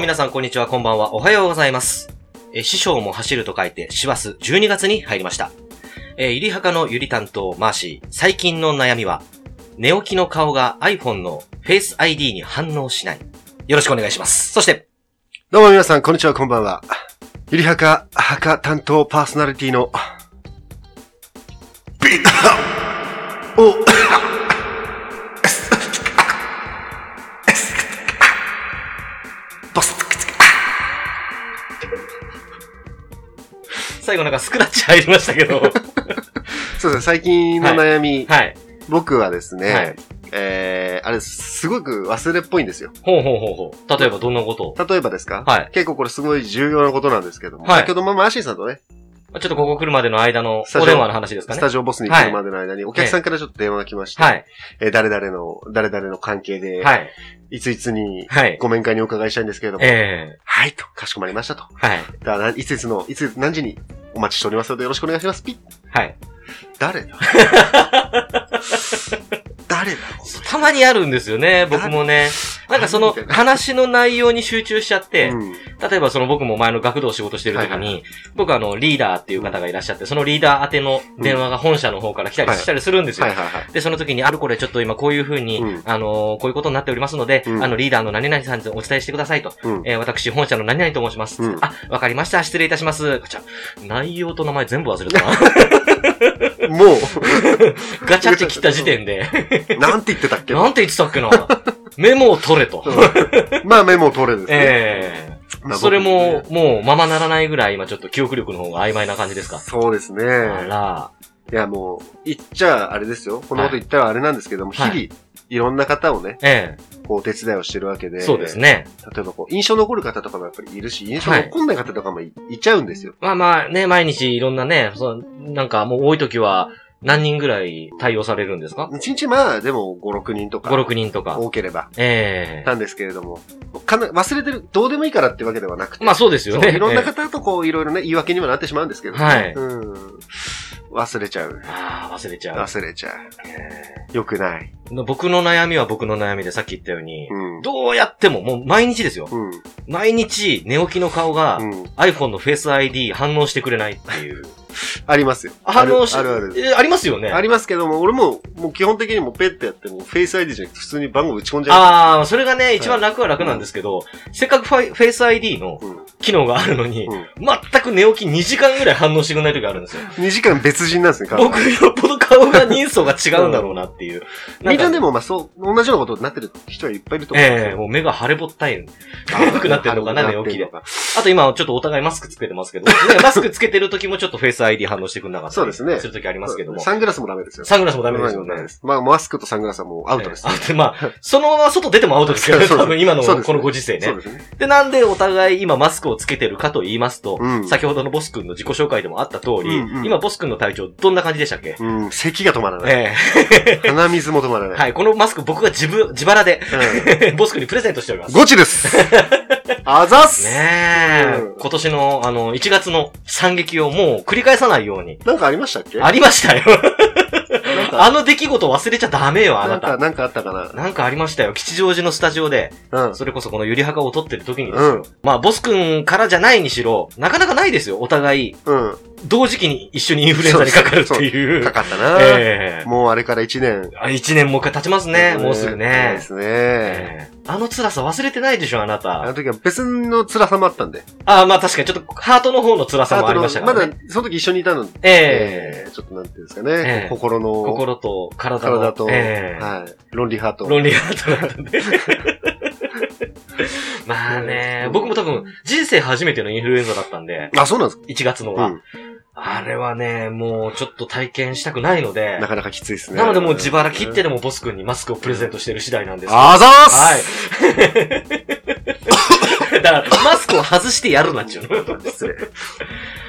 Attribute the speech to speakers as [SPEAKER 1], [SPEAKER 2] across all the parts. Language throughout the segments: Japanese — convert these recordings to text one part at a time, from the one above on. [SPEAKER 1] 皆さんこんにちは、こんばんは、おはようございます。えー師匠も走ると書いて、師走12月に入りました。えー、ゆりはかのゆり担当、マーシー、最近の悩みは、寝起きの顔が iPhone の Face ID に反応しない。よろしくお願いします。そして、
[SPEAKER 2] どうも皆さん、こんにちは、こんばんは。ゆりはか、はか担当パーソナリティの、ビッタお、ボス
[SPEAKER 1] 最後なんかスクラッチ入りましたけ ど。
[SPEAKER 2] そうですね、最近の悩み、
[SPEAKER 1] はい。
[SPEAKER 2] 僕はですね、
[SPEAKER 1] はい
[SPEAKER 2] えー、あれ、すごく忘れっぽいんですよ。
[SPEAKER 1] ほうほうほうほう。例えばどんなことを
[SPEAKER 2] 例えばですか、
[SPEAKER 1] はい。
[SPEAKER 2] 結構これすごい重要なことなんですけども、
[SPEAKER 1] はい
[SPEAKER 2] 先ほどもマーシーさんとね、
[SPEAKER 1] ちょっとここ来るまでの間の
[SPEAKER 2] スタジ
[SPEAKER 1] お
[SPEAKER 2] オ
[SPEAKER 1] 電話の話ですか
[SPEAKER 2] ス
[SPEAKER 1] ね
[SPEAKER 2] タ。ジオボスに来るまでの間に、お客さんからちょっと電話が来まして、
[SPEAKER 1] はい。
[SPEAKER 2] えー誰々の、誰々の関係で、
[SPEAKER 1] はい。
[SPEAKER 2] いついつに
[SPEAKER 1] はい。
[SPEAKER 2] ご面会にお伺いしたいんですけれども、
[SPEAKER 1] ええ
[SPEAKER 2] はいと、かしこまりましたと。
[SPEAKER 1] はい。
[SPEAKER 2] だからいついつの、いついつ何時にお待ちしておりますのでよろしくお願いします。ピッ、
[SPEAKER 1] はい。
[SPEAKER 2] 誰だ誰だこの人
[SPEAKER 1] たまにあるんですよね、僕もね。なんかその
[SPEAKER 2] みたいな
[SPEAKER 1] 話の内容に集中しちゃって、
[SPEAKER 2] うん
[SPEAKER 1] 例えばその僕も前の学童仕事してる時に、
[SPEAKER 2] はいはい
[SPEAKER 1] 僕あのリーダーっていう方がいらっしゃって、そのリーダー宛ての電話が本社の方から来たりしたりするんですよ。
[SPEAKER 2] はいはいはい。
[SPEAKER 1] で、その時に、あるこれちょっと今こういう風に、
[SPEAKER 2] うん
[SPEAKER 1] あのーこういうことになっておりますので、
[SPEAKER 2] うん
[SPEAKER 1] あの、リーダーの何々さんにお伝えしてくださいと。
[SPEAKER 2] うん。
[SPEAKER 1] えー私、本社の何々と申します。
[SPEAKER 2] うん
[SPEAKER 1] あ、わかりました。失礼いたします。ガチャ。内容と名前全部忘れたな。
[SPEAKER 2] も
[SPEAKER 1] ガチャって切った時点で、
[SPEAKER 2] う、なんて言ってたっけ
[SPEAKER 1] なんて言ってたっけな。メモを取れと。
[SPEAKER 2] まあメモ取れですね。
[SPEAKER 1] ええ
[SPEAKER 2] まあ
[SPEAKER 1] それも、、
[SPEAKER 2] 僕
[SPEAKER 1] もう、ままならないぐらい、今ちょっと記憶力の方が曖昧な感じですか。
[SPEAKER 2] そうですね。
[SPEAKER 1] あら、
[SPEAKER 2] いやもう、言っちゃあれですよ。このこと言ったらあれなんですけども、日
[SPEAKER 1] はい
[SPEAKER 2] 々、いろんな方をね、
[SPEAKER 1] え
[SPEAKER 2] こう、お手伝いをしてるわけ
[SPEAKER 1] え
[SPEAKER 2] で。
[SPEAKER 1] そうです。ね。
[SPEAKER 2] 例えばこう、印象残る方とかもやっぱりいるし、印象残んない方とかもいいちゃうんですよ。
[SPEAKER 1] まあまあね、毎日いろんなね、そうなんかもう多い時は何人ぐらい対応されるんですか
[SPEAKER 2] 一日まあ、でも5、6人とか。
[SPEAKER 1] ?5、6人とか。
[SPEAKER 2] 多ければ。
[SPEAKER 1] ええ
[SPEAKER 2] なんですけれども、かな忘れてる、どうでもいいからってわけではなくて。
[SPEAKER 1] まあそうですよね。
[SPEAKER 2] そういろんな
[SPEAKER 1] ええ
[SPEAKER 2] 方とこう、いろいろね、言い訳にはなってしまうんですけど、
[SPEAKER 1] はい
[SPEAKER 2] うん。忘れちゃう。
[SPEAKER 1] ああ、忘れちゃう。
[SPEAKER 2] 忘れちゃ
[SPEAKER 1] え
[SPEAKER 2] う。よくない。
[SPEAKER 1] え僕の悩みは僕の悩みでさっき言ったように
[SPEAKER 2] う、ん。
[SPEAKER 1] どうやっても、もう毎日ですよ。
[SPEAKER 2] うん。
[SPEAKER 1] 毎日寝起きの顔が
[SPEAKER 2] うん。
[SPEAKER 1] iPhone の Face ID 反応してくれないっていう。
[SPEAKER 2] ありますよ。
[SPEAKER 1] 反応し、
[SPEAKER 2] あるあるある。
[SPEAKER 1] えありますよね。
[SPEAKER 2] ありますけども、俺も、もう基本的にもうペッてやっても、フェイス ID じゃなくて普通に番号打ち込んじゃう。
[SPEAKER 1] ああ、それがね、一番楽は楽なんですけど、せっかくファイフェイス ID の
[SPEAKER 2] うん。
[SPEAKER 1] 機能があるのに、
[SPEAKER 2] うん
[SPEAKER 1] 全く寝起き2時間ぐらい反応してくれない時があるんですよ。
[SPEAKER 2] 2時間別人なんですね、顔が
[SPEAKER 1] 僕よっぽど顔が人相が違うんだろうなっていう。
[SPEAKER 2] みんなで
[SPEAKER 1] も、
[SPEAKER 2] も、まあ、そう、同じようなことになってる人はいっぱいいると思うんです
[SPEAKER 1] ええ
[SPEAKER 2] よ。
[SPEAKER 1] もう目が腫れぼったい。悪くなってるのかな
[SPEAKER 2] あー
[SPEAKER 1] 寝起き。
[SPEAKER 2] 悪くなってる
[SPEAKER 1] で
[SPEAKER 2] のか
[SPEAKER 1] あと今ちょっとお互いマスクつけてますけど、ねマスクつけてる時もちょっとフェイス ID 反応してくんなかったり
[SPEAKER 2] そうですね
[SPEAKER 1] する時ありますけども。
[SPEAKER 2] サングラスもダメですよ。
[SPEAKER 1] サングラスもダメですよ
[SPEAKER 2] サングラスもダメ
[SPEAKER 1] ね
[SPEAKER 2] で。すまあ、マスクとサングラスはもうアウトです。
[SPEAKER 1] ええあでまあ、そのまま外出てもアウトですけどね、
[SPEAKER 2] そうそう
[SPEAKER 1] 多分今の
[SPEAKER 2] そうですね
[SPEAKER 1] このご時世ね。
[SPEAKER 2] そうですね。
[SPEAKER 1] で、なんでお互い今マスクをつけてるかと言いますと、
[SPEAKER 2] うん
[SPEAKER 1] 先ほどのボス君の自己紹介でもあった通り、
[SPEAKER 2] うんうん
[SPEAKER 1] 今ボス君の体調どんな感じでしたっけ、
[SPEAKER 2] うん、咳が止まらない。
[SPEAKER 1] え
[SPEAKER 2] 鼻水も止まら
[SPEAKER 1] え
[SPEAKER 2] ない。
[SPEAKER 1] はい、このマスク僕が自分、自腹で、 ボス君にプレゼントしておりま
[SPEAKER 2] うん
[SPEAKER 1] す。
[SPEAKER 2] ゴチですあざっす
[SPEAKER 1] ねえ、
[SPEAKER 2] うん
[SPEAKER 1] 今年の、あの、1月の惨劇をもう繰り返さないように。
[SPEAKER 2] なんかありましたっけ
[SPEAKER 1] ありましたよ。
[SPEAKER 2] なんか
[SPEAKER 1] あの出来事忘れちゃダメよ、あ
[SPEAKER 2] な
[SPEAKER 1] なん
[SPEAKER 2] か、
[SPEAKER 1] た。
[SPEAKER 2] なんかあったか
[SPEAKER 1] なんかありましたよ。吉祥寺のスタジオで、
[SPEAKER 2] なうん。
[SPEAKER 1] それこそこのゆりはかを撮ってる時にですよ。
[SPEAKER 2] うん
[SPEAKER 1] まあ、ボス君からじゃないにしろ、なかなかないですよ、お互い。
[SPEAKER 2] う
[SPEAKER 1] 同時期に一緒にインフルエンザにかかるってい
[SPEAKER 2] ん。
[SPEAKER 1] う。
[SPEAKER 2] かかったな
[SPEAKER 1] ええ
[SPEAKER 2] もうあれから1年。
[SPEAKER 1] あ一年も経ちますね、もうすぐ
[SPEAKER 2] そうで
[SPEAKER 1] ね。
[SPEAKER 2] すね。
[SPEAKER 1] ええあの辛さ忘れてないでしょ、あな
[SPEAKER 2] あ
[SPEAKER 1] た
[SPEAKER 2] の。時は別の辛さもあったんで。
[SPEAKER 1] あまあ確かにちょっとハートの方の辛さもありましたか
[SPEAKER 2] ま
[SPEAKER 1] ら
[SPEAKER 2] だ
[SPEAKER 1] ね。、
[SPEAKER 2] その時一緒にいたので、
[SPEAKER 1] ええ
[SPEAKER 2] ーちょっとなんていうんですか
[SPEAKER 1] え
[SPEAKER 2] ね
[SPEAKER 1] え。
[SPEAKER 2] 心の。
[SPEAKER 1] 心と体の
[SPEAKER 2] 体と、
[SPEAKER 1] ええ
[SPEAKER 2] はい。論理派と。
[SPEAKER 1] 論理ハートなんで。 まあね、僕も多分人生初めてのインフルエンザだったんで、
[SPEAKER 2] あ、そうなんです
[SPEAKER 1] 1月の
[SPEAKER 2] か
[SPEAKER 1] は。
[SPEAKER 2] うん。
[SPEAKER 1] あれはね、もうちょっと体験したくないので
[SPEAKER 2] な、かなかきついですね。
[SPEAKER 1] なのでもう自腹切ってでもボス君にマスクをプレゼントしてる次第なんですけど
[SPEAKER 2] あざーす
[SPEAKER 1] はい。 だから、マスクを外してやるなっちゅうの。
[SPEAKER 2] 失礼。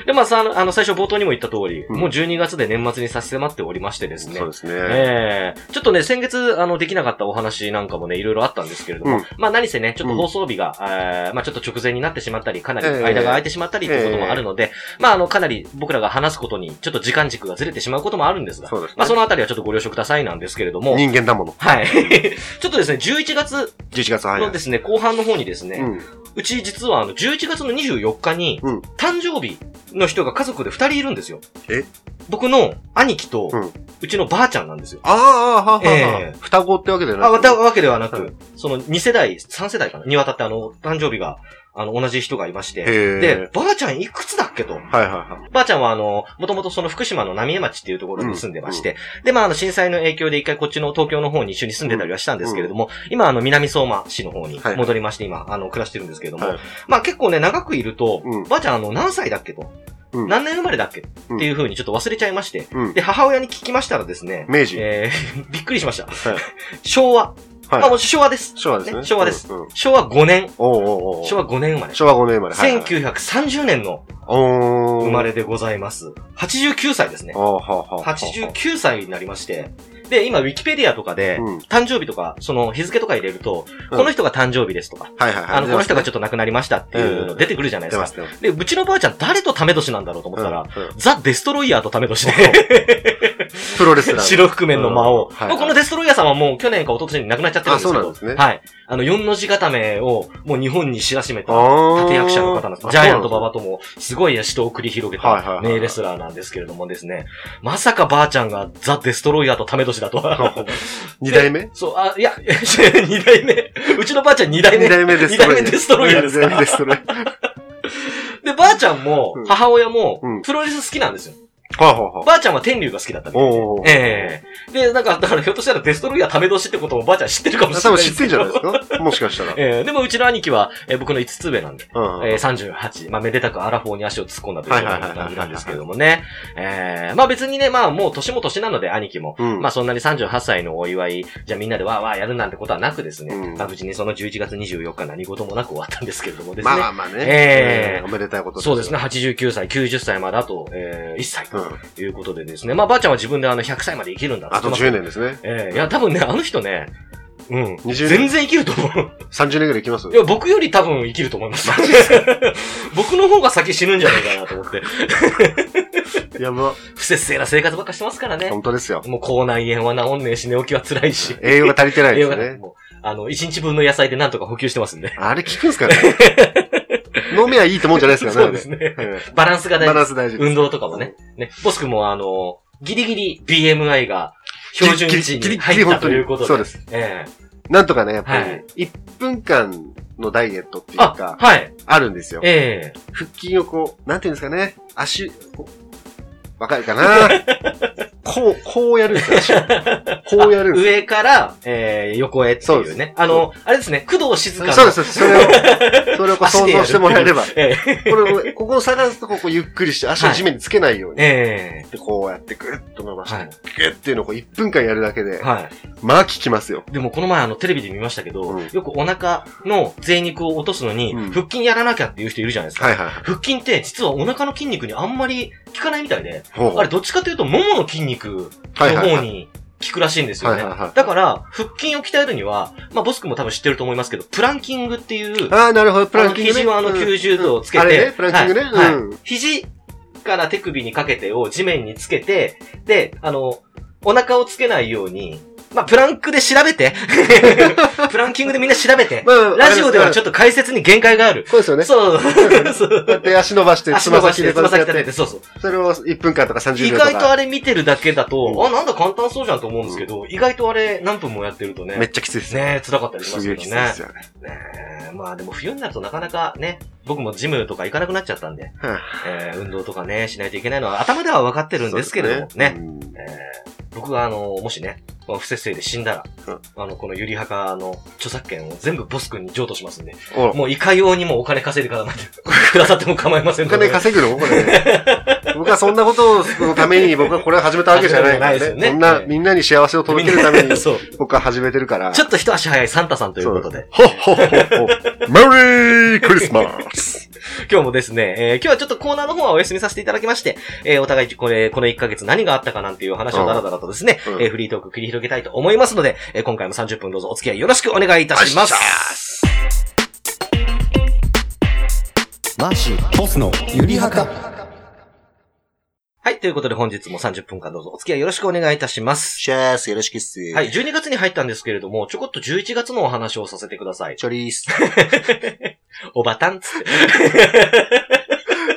[SPEAKER 1] で、まあさ、あの、あの最初冒頭にも言った通り、
[SPEAKER 2] うん
[SPEAKER 1] もう12月で年末に差し迫っておりましてですね。
[SPEAKER 2] そうですね。
[SPEAKER 1] ええちょっとね、先月、あの、できなかったお話なんかもね、いろいろあったんですけれども、
[SPEAKER 2] うん
[SPEAKER 1] まあ何せね、ちょっと放送日が、えーまあちょっと直前になってしまったり、かなり
[SPEAKER 2] ええ
[SPEAKER 1] 間が空いてしまったりということもあるので、まああの、かなり僕らが話すことに、ちょっと時間軸がずれてしまうこともあるんですが、
[SPEAKER 2] そうですね。
[SPEAKER 1] まあそのあたりはちょっとご了承くださいなんですけれども、
[SPEAKER 2] 人間だもの。
[SPEAKER 1] はい。 ちょっとですね、11月
[SPEAKER 2] 11月はい。
[SPEAKER 1] のですね、後半の方にですね、
[SPEAKER 2] う。
[SPEAKER 1] うんち実はあの、11月の24日に、
[SPEAKER 2] うん
[SPEAKER 1] 誕生日の人が家族で2人いるんですよ。
[SPEAKER 2] え
[SPEAKER 1] 僕の兄貴と、
[SPEAKER 2] う
[SPEAKER 1] うんちのばあちゃんなんですよ。
[SPEAKER 2] ああ、ああ、はあ、は
[SPEAKER 1] え
[SPEAKER 2] あ。双子ってわけじゃない。
[SPEAKER 1] あ、わたわけではなく、
[SPEAKER 2] うん
[SPEAKER 1] その2世代、3世代かなにわたってあの、誕生日が、あの、同じ人がいまして。
[SPEAKER 2] へえ。
[SPEAKER 1] で、ばあちゃんいくつだっけと。
[SPEAKER 2] はいはいは
[SPEAKER 1] ばあちゃんはあの、もともとその福島の浪江町っていうところに住んでまして、で、まああの震災の影響で一回こっちの東京の方に一緒に住んでたりはしたんですけれども、今あの南相馬市の方に
[SPEAKER 2] はい
[SPEAKER 1] 戻りまして、今あの暮らしてるんですけれども、
[SPEAKER 2] はい
[SPEAKER 1] まあ結構ね、長くいると、
[SPEAKER 2] うん
[SPEAKER 1] ばあちゃんあの何歳だっけと、
[SPEAKER 2] うん
[SPEAKER 1] 何年生まれだっけっていう風にちょっと忘れちゃいまして、
[SPEAKER 2] い。うん。
[SPEAKER 1] で、母親に聞きましたらですね、
[SPEAKER 2] 明治。
[SPEAKER 1] えー、 びっくりしました。
[SPEAKER 2] はい
[SPEAKER 1] 昭和。まあ、
[SPEAKER 2] は
[SPEAKER 1] もう昭和です
[SPEAKER 2] い。。昭和ですね。
[SPEAKER 1] ね昭和です
[SPEAKER 2] うん。うん
[SPEAKER 1] 昭和5年。
[SPEAKER 2] おうおうおう
[SPEAKER 1] 昭和5年生まれ。
[SPEAKER 2] 昭和5年生まれ。はいはい。
[SPEAKER 1] 1930年の
[SPEAKER 2] おー
[SPEAKER 1] 生ま。れでございます。89歳ですね
[SPEAKER 2] あ。あ、はあ、はあはあ。
[SPEAKER 1] 89歳になりまして。で、今、ウィキペディアとかで、
[SPEAKER 2] うん。
[SPEAKER 1] 誕生日とか、その日付とか入れると、
[SPEAKER 2] うん
[SPEAKER 1] この人が誕生日ですとか、
[SPEAKER 2] はいはいはい。
[SPEAKER 1] あの、この人が
[SPEAKER 2] ち
[SPEAKER 1] ちょっと亡くなりましたっていうの出てくるじゃないで
[SPEAKER 2] 出
[SPEAKER 1] す
[SPEAKER 2] ま
[SPEAKER 1] か。
[SPEAKER 2] す、出ます。
[SPEAKER 1] で、うちのばあちゃん誰とため年なんだろうと思ったら、
[SPEAKER 2] うんうん
[SPEAKER 1] ザ・デストロイヤーとため年で、
[SPEAKER 2] プロレスラー の。
[SPEAKER 1] 白覆面の魔王
[SPEAKER 2] うん。はい
[SPEAKER 1] もうこのデストロイヤーさんはもう去年か一昨年に亡くなっちゃってるんですけど。
[SPEAKER 2] あそうなんですね
[SPEAKER 1] はい。あの、四の字固めをもう日本に知らしめた
[SPEAKER 2] あー
[SPEAKER 1] 立役者の方なんです。ジャイアント馬場とも、すごい死闘を繰り広げ
[SPEAKER 2] はいはいは
[SPEAKER 1] た
[SPEAKER 2] い
[SPEAKER 1] 名レスラーなんですけれどもですね。まさかばあちゃんがザ・デストロイヤーとタメ年だとは。
[SPEAKER 2] 二代目
[SPEAKER 1] そう、あ、いや、 二代目。うちのばあちゃん二代目。
[SPEAKER 2] 二代目です。
[SPEAKER 1] 二代目デストロイヤーですか
[SPEAKER 2] 二代目デストロイヤー。は
[SPEAKER 1] で、ばあちゃんも
[SPEAKER 2] うん、
[SPEAKER 1] 母親も
[SPEAKER 2] うん、
[SPEAKER 1] プロレス好きなんですよ。
[SPEAKER 2] あはあはあ。
[SPEAKER 1] ばあちゃんは天竜が好きだったみたいで
[SPEAKER 2] おうおうおう
[SPEAKER 1] ええで、なんか、だからひょっとしたらデストロイヤータメ年ってこともばあちゃん知ってるかもしれ
[SPEAKER 2] 多
[SPEAKER 1] ないで
[SPEAKER 2] 分
[SPEAKER 1] す
[SPEAKER 2] 知
[SPEAKER 1] けど。
[SPEAKER 2] ってんじゃないで すかもしかしたら。
[SPEAKER 1] えーでもうちの兄貴は、えー僕の5つ上なんで、
[SPEAKER 2] うん
[SPEAKER 1] えー38、まあめでたくアラフォーに足を突っ込んだというような感じなんですけれどもね。えーまあ別にね、まあもう年も年なので兄貴も、
[SPEAKER 2] うん。
[SPEAKER 1] まあそんなに38歳のお祝い、じゃあみんなでわーわーやるなんてことはなくですね、
[SPEAKER 2] うん
[SPEAKER 1] まあ無事にその11月24日何事もなく終わったんですけれどもですね。
[SPEAKER 2] まあまあまあね。
[SPEAKER 1] ええ
[SPEAKER 2] うんおめでたいこと
[SPEAKER 1] そうですね、
[SPEAKER 2] ね。
[SPEAKER 1] 89歳、90歳まであと、えー1歳
[SPEAKER 2] うん
[SPEAKER 1] と。いうことでですね、まあばあちゃんは自分であの100歳まで生きるんだって言っ
[SPEAKER 2] あ
[SPEAKER 1] て
[SPEAKER 2] と
[SPEAKER 1] ます
[SPEAKER 2] 10年ですね。
[SPEAKER 1] ええいや多分ね、あの人ね、うん。
[SPEAKER 2] 20
[SPEAKER 1] 全
[SPEAKER 2] 年。
[SPEAKER 1] 然生きると思う。
[SPEAKER 2] 30年ぐらいいきます
[SPEAKER 1] いや、僕より多分生きると思います。僕の方が先死ぬんじゃないかなと思って。
[SPEAKER 2] やば。
[SPEAKER 1] 不節制な生活ばっかしてますからね。
[SPEAKER 2] 本当ですよ。
[SPEAKER 1] もう口内炎は治んねえし、寝起きは辛いし。
[SPEAKER 2] 栄養が足りてない
[SPEAKER 1] 栄
[SPEAKER 2] で
[SPEAKER 1] 養が
[SPEAKER 2] すね。
[SPEAKER 1] もう、あの、一日分の野菜でなんとか補給してますんで。
[SPEAKER 2] あれ効くんすかね飲めはいいと思うんじゃないですか
[SPEAKER 1] そ
[SPEAKER 2] ら
[SPEAKER 1] うで
[SPEAKER 2] ね
[SPEAKER 1] す。ね。
[SPEAKER 2] あれうん
[SPEAKER 1] バランスが大
[SPEAKER 2] バラン
[SPEAKER 1] 事。
[SPEAKER 2] ス大事です。
[SPEAKER 1] 運動とかもね。ね。ボス君もあの、ギリギリ BMI が標準値
[SPEAKER 2] ギリギリギリ
[SPEAKER 1] に入ったということで。
[SPEAKER 2] そうです。
[SPEAKER 1] ええ
[SPEAKER 2] なんとかね、やっぱ
[SPEAKER 1] は
[SPEAKER 2] り、1分間のダイエットっていう
[SPEAKER 1] あ、
[SPEAKER 2] か、
[SPEAKER 1] はい。
[SPEAKER 2] あるんですよ。
[SPEAKER 1] ええ
[SPEAKER 2] 腹筋をこう、なんていうんですかね、足、こうわかる かなこう、こうやるんですよ、足をこうやるんですよ。
[SPEAKER 1] 上から、ええ横へって
[SPEAKER 2] そう
[SPEAKER 1] い
[SPEAKER 2] で
[SPEAKER 1] う
[SPEAKER 2] す
[SPEAKER 1] ね。あの、あれですね、工藤静香の。
[SPEAKER 2] そうです、そうですそれを、それをこう
[SPEAKER 1] 足
[SPEAKER 2] 想
[SPEAKER 1] でやる
[SPEAKER 2] 像してもらえれば。こ
[SPEAKER 1] ええ
[SPEAKER 2] れを、ここを探すと、ここゆっくりして、足を地面につけないように。
[SPEAKER 1] え
[SPEAKER 2] でこうやってぐっと伸ばし
[SPEAKER 1] は
[SPEAKER 2] て、
[SPEAKER 1] い。
[SPEAKER 2] ぐっていうのをこう1分間やるだけで、
[SPEAKER 1] は
[SPEAKER 2] まあ効きますよ。
[SPEAKER 1] い。でもこの前あのテレビで見ましたけど、
[SPEAKER 2] うん
[SPEAKER 1] よくお腹の贅肉を落とすのに、
[SPEAKER 2] うん
[SPEAKER 1] 腹筋やらなきゃっていう人いるじゃないですか。
[SPEAKER 2] はいはいはい。
[SPEAKER 1] 腹筋って実はお腹の筋肉にあんまり効かないみたいで、
[SPEAKER 2] ほう
[SPEAKER 1] あれどっちかというとももの筋肉
[SPEAKER 2] はい
[SPEAKER 1] の
[SPEAKER 2] はい
[SPEAKER 1] 方
[SPEAKER 2] はい。
[SPEAKER 1] に効くらしいんですよね
[SPEAKER 2] はいはいは。い
[SPEAKER 1] だから、腹筋を鍛えるには、まあボス君も多分知ってると思いますけど、プランキングっていう、
[SPEAKER 2] ああ、なるほど、プランキング、ね。
[SPEAKER 1] あの肘をあの90度をつけて
[SPEAKER 2] あれね、プランキングね。
[SPEAKER 1] はいはい
[SPEAKER 2] うん。
[SPEAKER 1] 肘から手首にかけてを地面につけて、で、あの、お腹をつけないように、まあ、プランクで調べ て。プランキングでみんな調べて。
[SPEAKER 2] まあ
[SPEAKER 1] ラジオではちょ
[SPEAKER 2] っ
[SPEAKER 1] っと解説に限界がある。
[SPEAKER 2] と。そうですよね。
[SPEAKER 1] そう。そう
[SPEAKER 2] で、足伸ばして、つ
[SPEAKER 1] 足
[SPEAKER 2] ま
[SPEAKER 1] 伸ばし
[SPEAKER 2] 先
[SPEAKER 1] て、つ
[SPEAKER 2] でこう
[SPEAKER 1] ま先
[SPEAKER 2] やっ
[SPEAKER 1] 立
[SPEAKER 2] て
[SPEAKER 1] て、
[SPEAKER 2] やってて、
[SPEAKER 1] そうそう。
[SPEAKER 2] それを1分間とか30
[SPEAKER 1] 意
[SPEAKER 2] 秒とか。
[SPEAKER 1] 外とあれ見てるだけだ
[SPEAKER 2] うん
[SPEAKER 1] と、あ、なんだ簡単そうじゃんと思うんですけど、意外とあれ何分もやってると
[SPEAKER 2] め
[SPEAKER 1] ね、
[SPEAKER 2] っちゃきついですね。
[SPEAKER 1] ね辛かったりしますす
[SPEAKER 2] げ
[SPEAKER 1] けど
[SPEAKER 2] えきついで
[SPEAKER 1] ね
[SPEAKER 2] す。よね。
[SPEAKER 1] ねまあでも冬になるとなかなかね、僕もジムとか行かなくなっちゃったんで、えー運動とかね、しないといけないのは頭では分かってるんですけれどもね。
[SPEAKER 2] うん
[SPEAKER 1] えー僕があの、もしね、この不節制で死んだら、
[SPEAKER 2] うん
[SPEAKER 1] あの、このゆりはかの著作権を全部ボス君に譲渡しますんで、
[SPEAKER 2] おら
[SPEAKER 1] もういかようにもお金稼いでからなんてくださっても構いません
[SPEAKER 2] お金稼ぐのこれ、僕はそんなことのために僕はこれを始めたわけじゃないか
[SPEAKER 1] 始めたわけ
[SPEAKER 2] らね。
[SPEAKER 1] じゃないですよね
[SPEAKER 2] そんな、みんなに幸せを届けるため に
[SPEAKER 1] そう。
[SPEAKER 2] 僕は始めてるから。
[SPEAKER 1] ちょっと一足早いサンタさんということで。
[SPEAKER 2] ほっほっほっほ。メリークリスマス
[SPEAKER 1] 今日もですね、えー今日はちょっとコーナーの方はお休みさせていただきまして、えーお互いこれ、この1ヶ月何があったかなんていう話をだらだらとですね、
[SPEAKER 2] うん
[SPEAKER 1] えーフリートーク繰り広げたいと思いますので、えー今回も30分どうぞお付き合いよろしくお願いいたします
[SPEAKER 2] よっ。
[SPEAKER 3] マーシー、ボスのゆりはか。
[SPEAKER 1] はい、ということで本日も30分間どうぞお付き合いよろしくお願いいたします。
[SPEAKER 2] シャース、よろしくっす。
[SPEAKER 1] はい、。12月に入ったんですけれども、ちょこっと11月のお話をさせてください。
[SPEAKER 2] チョリース。
[SPEAKER 1] おばたんっつって。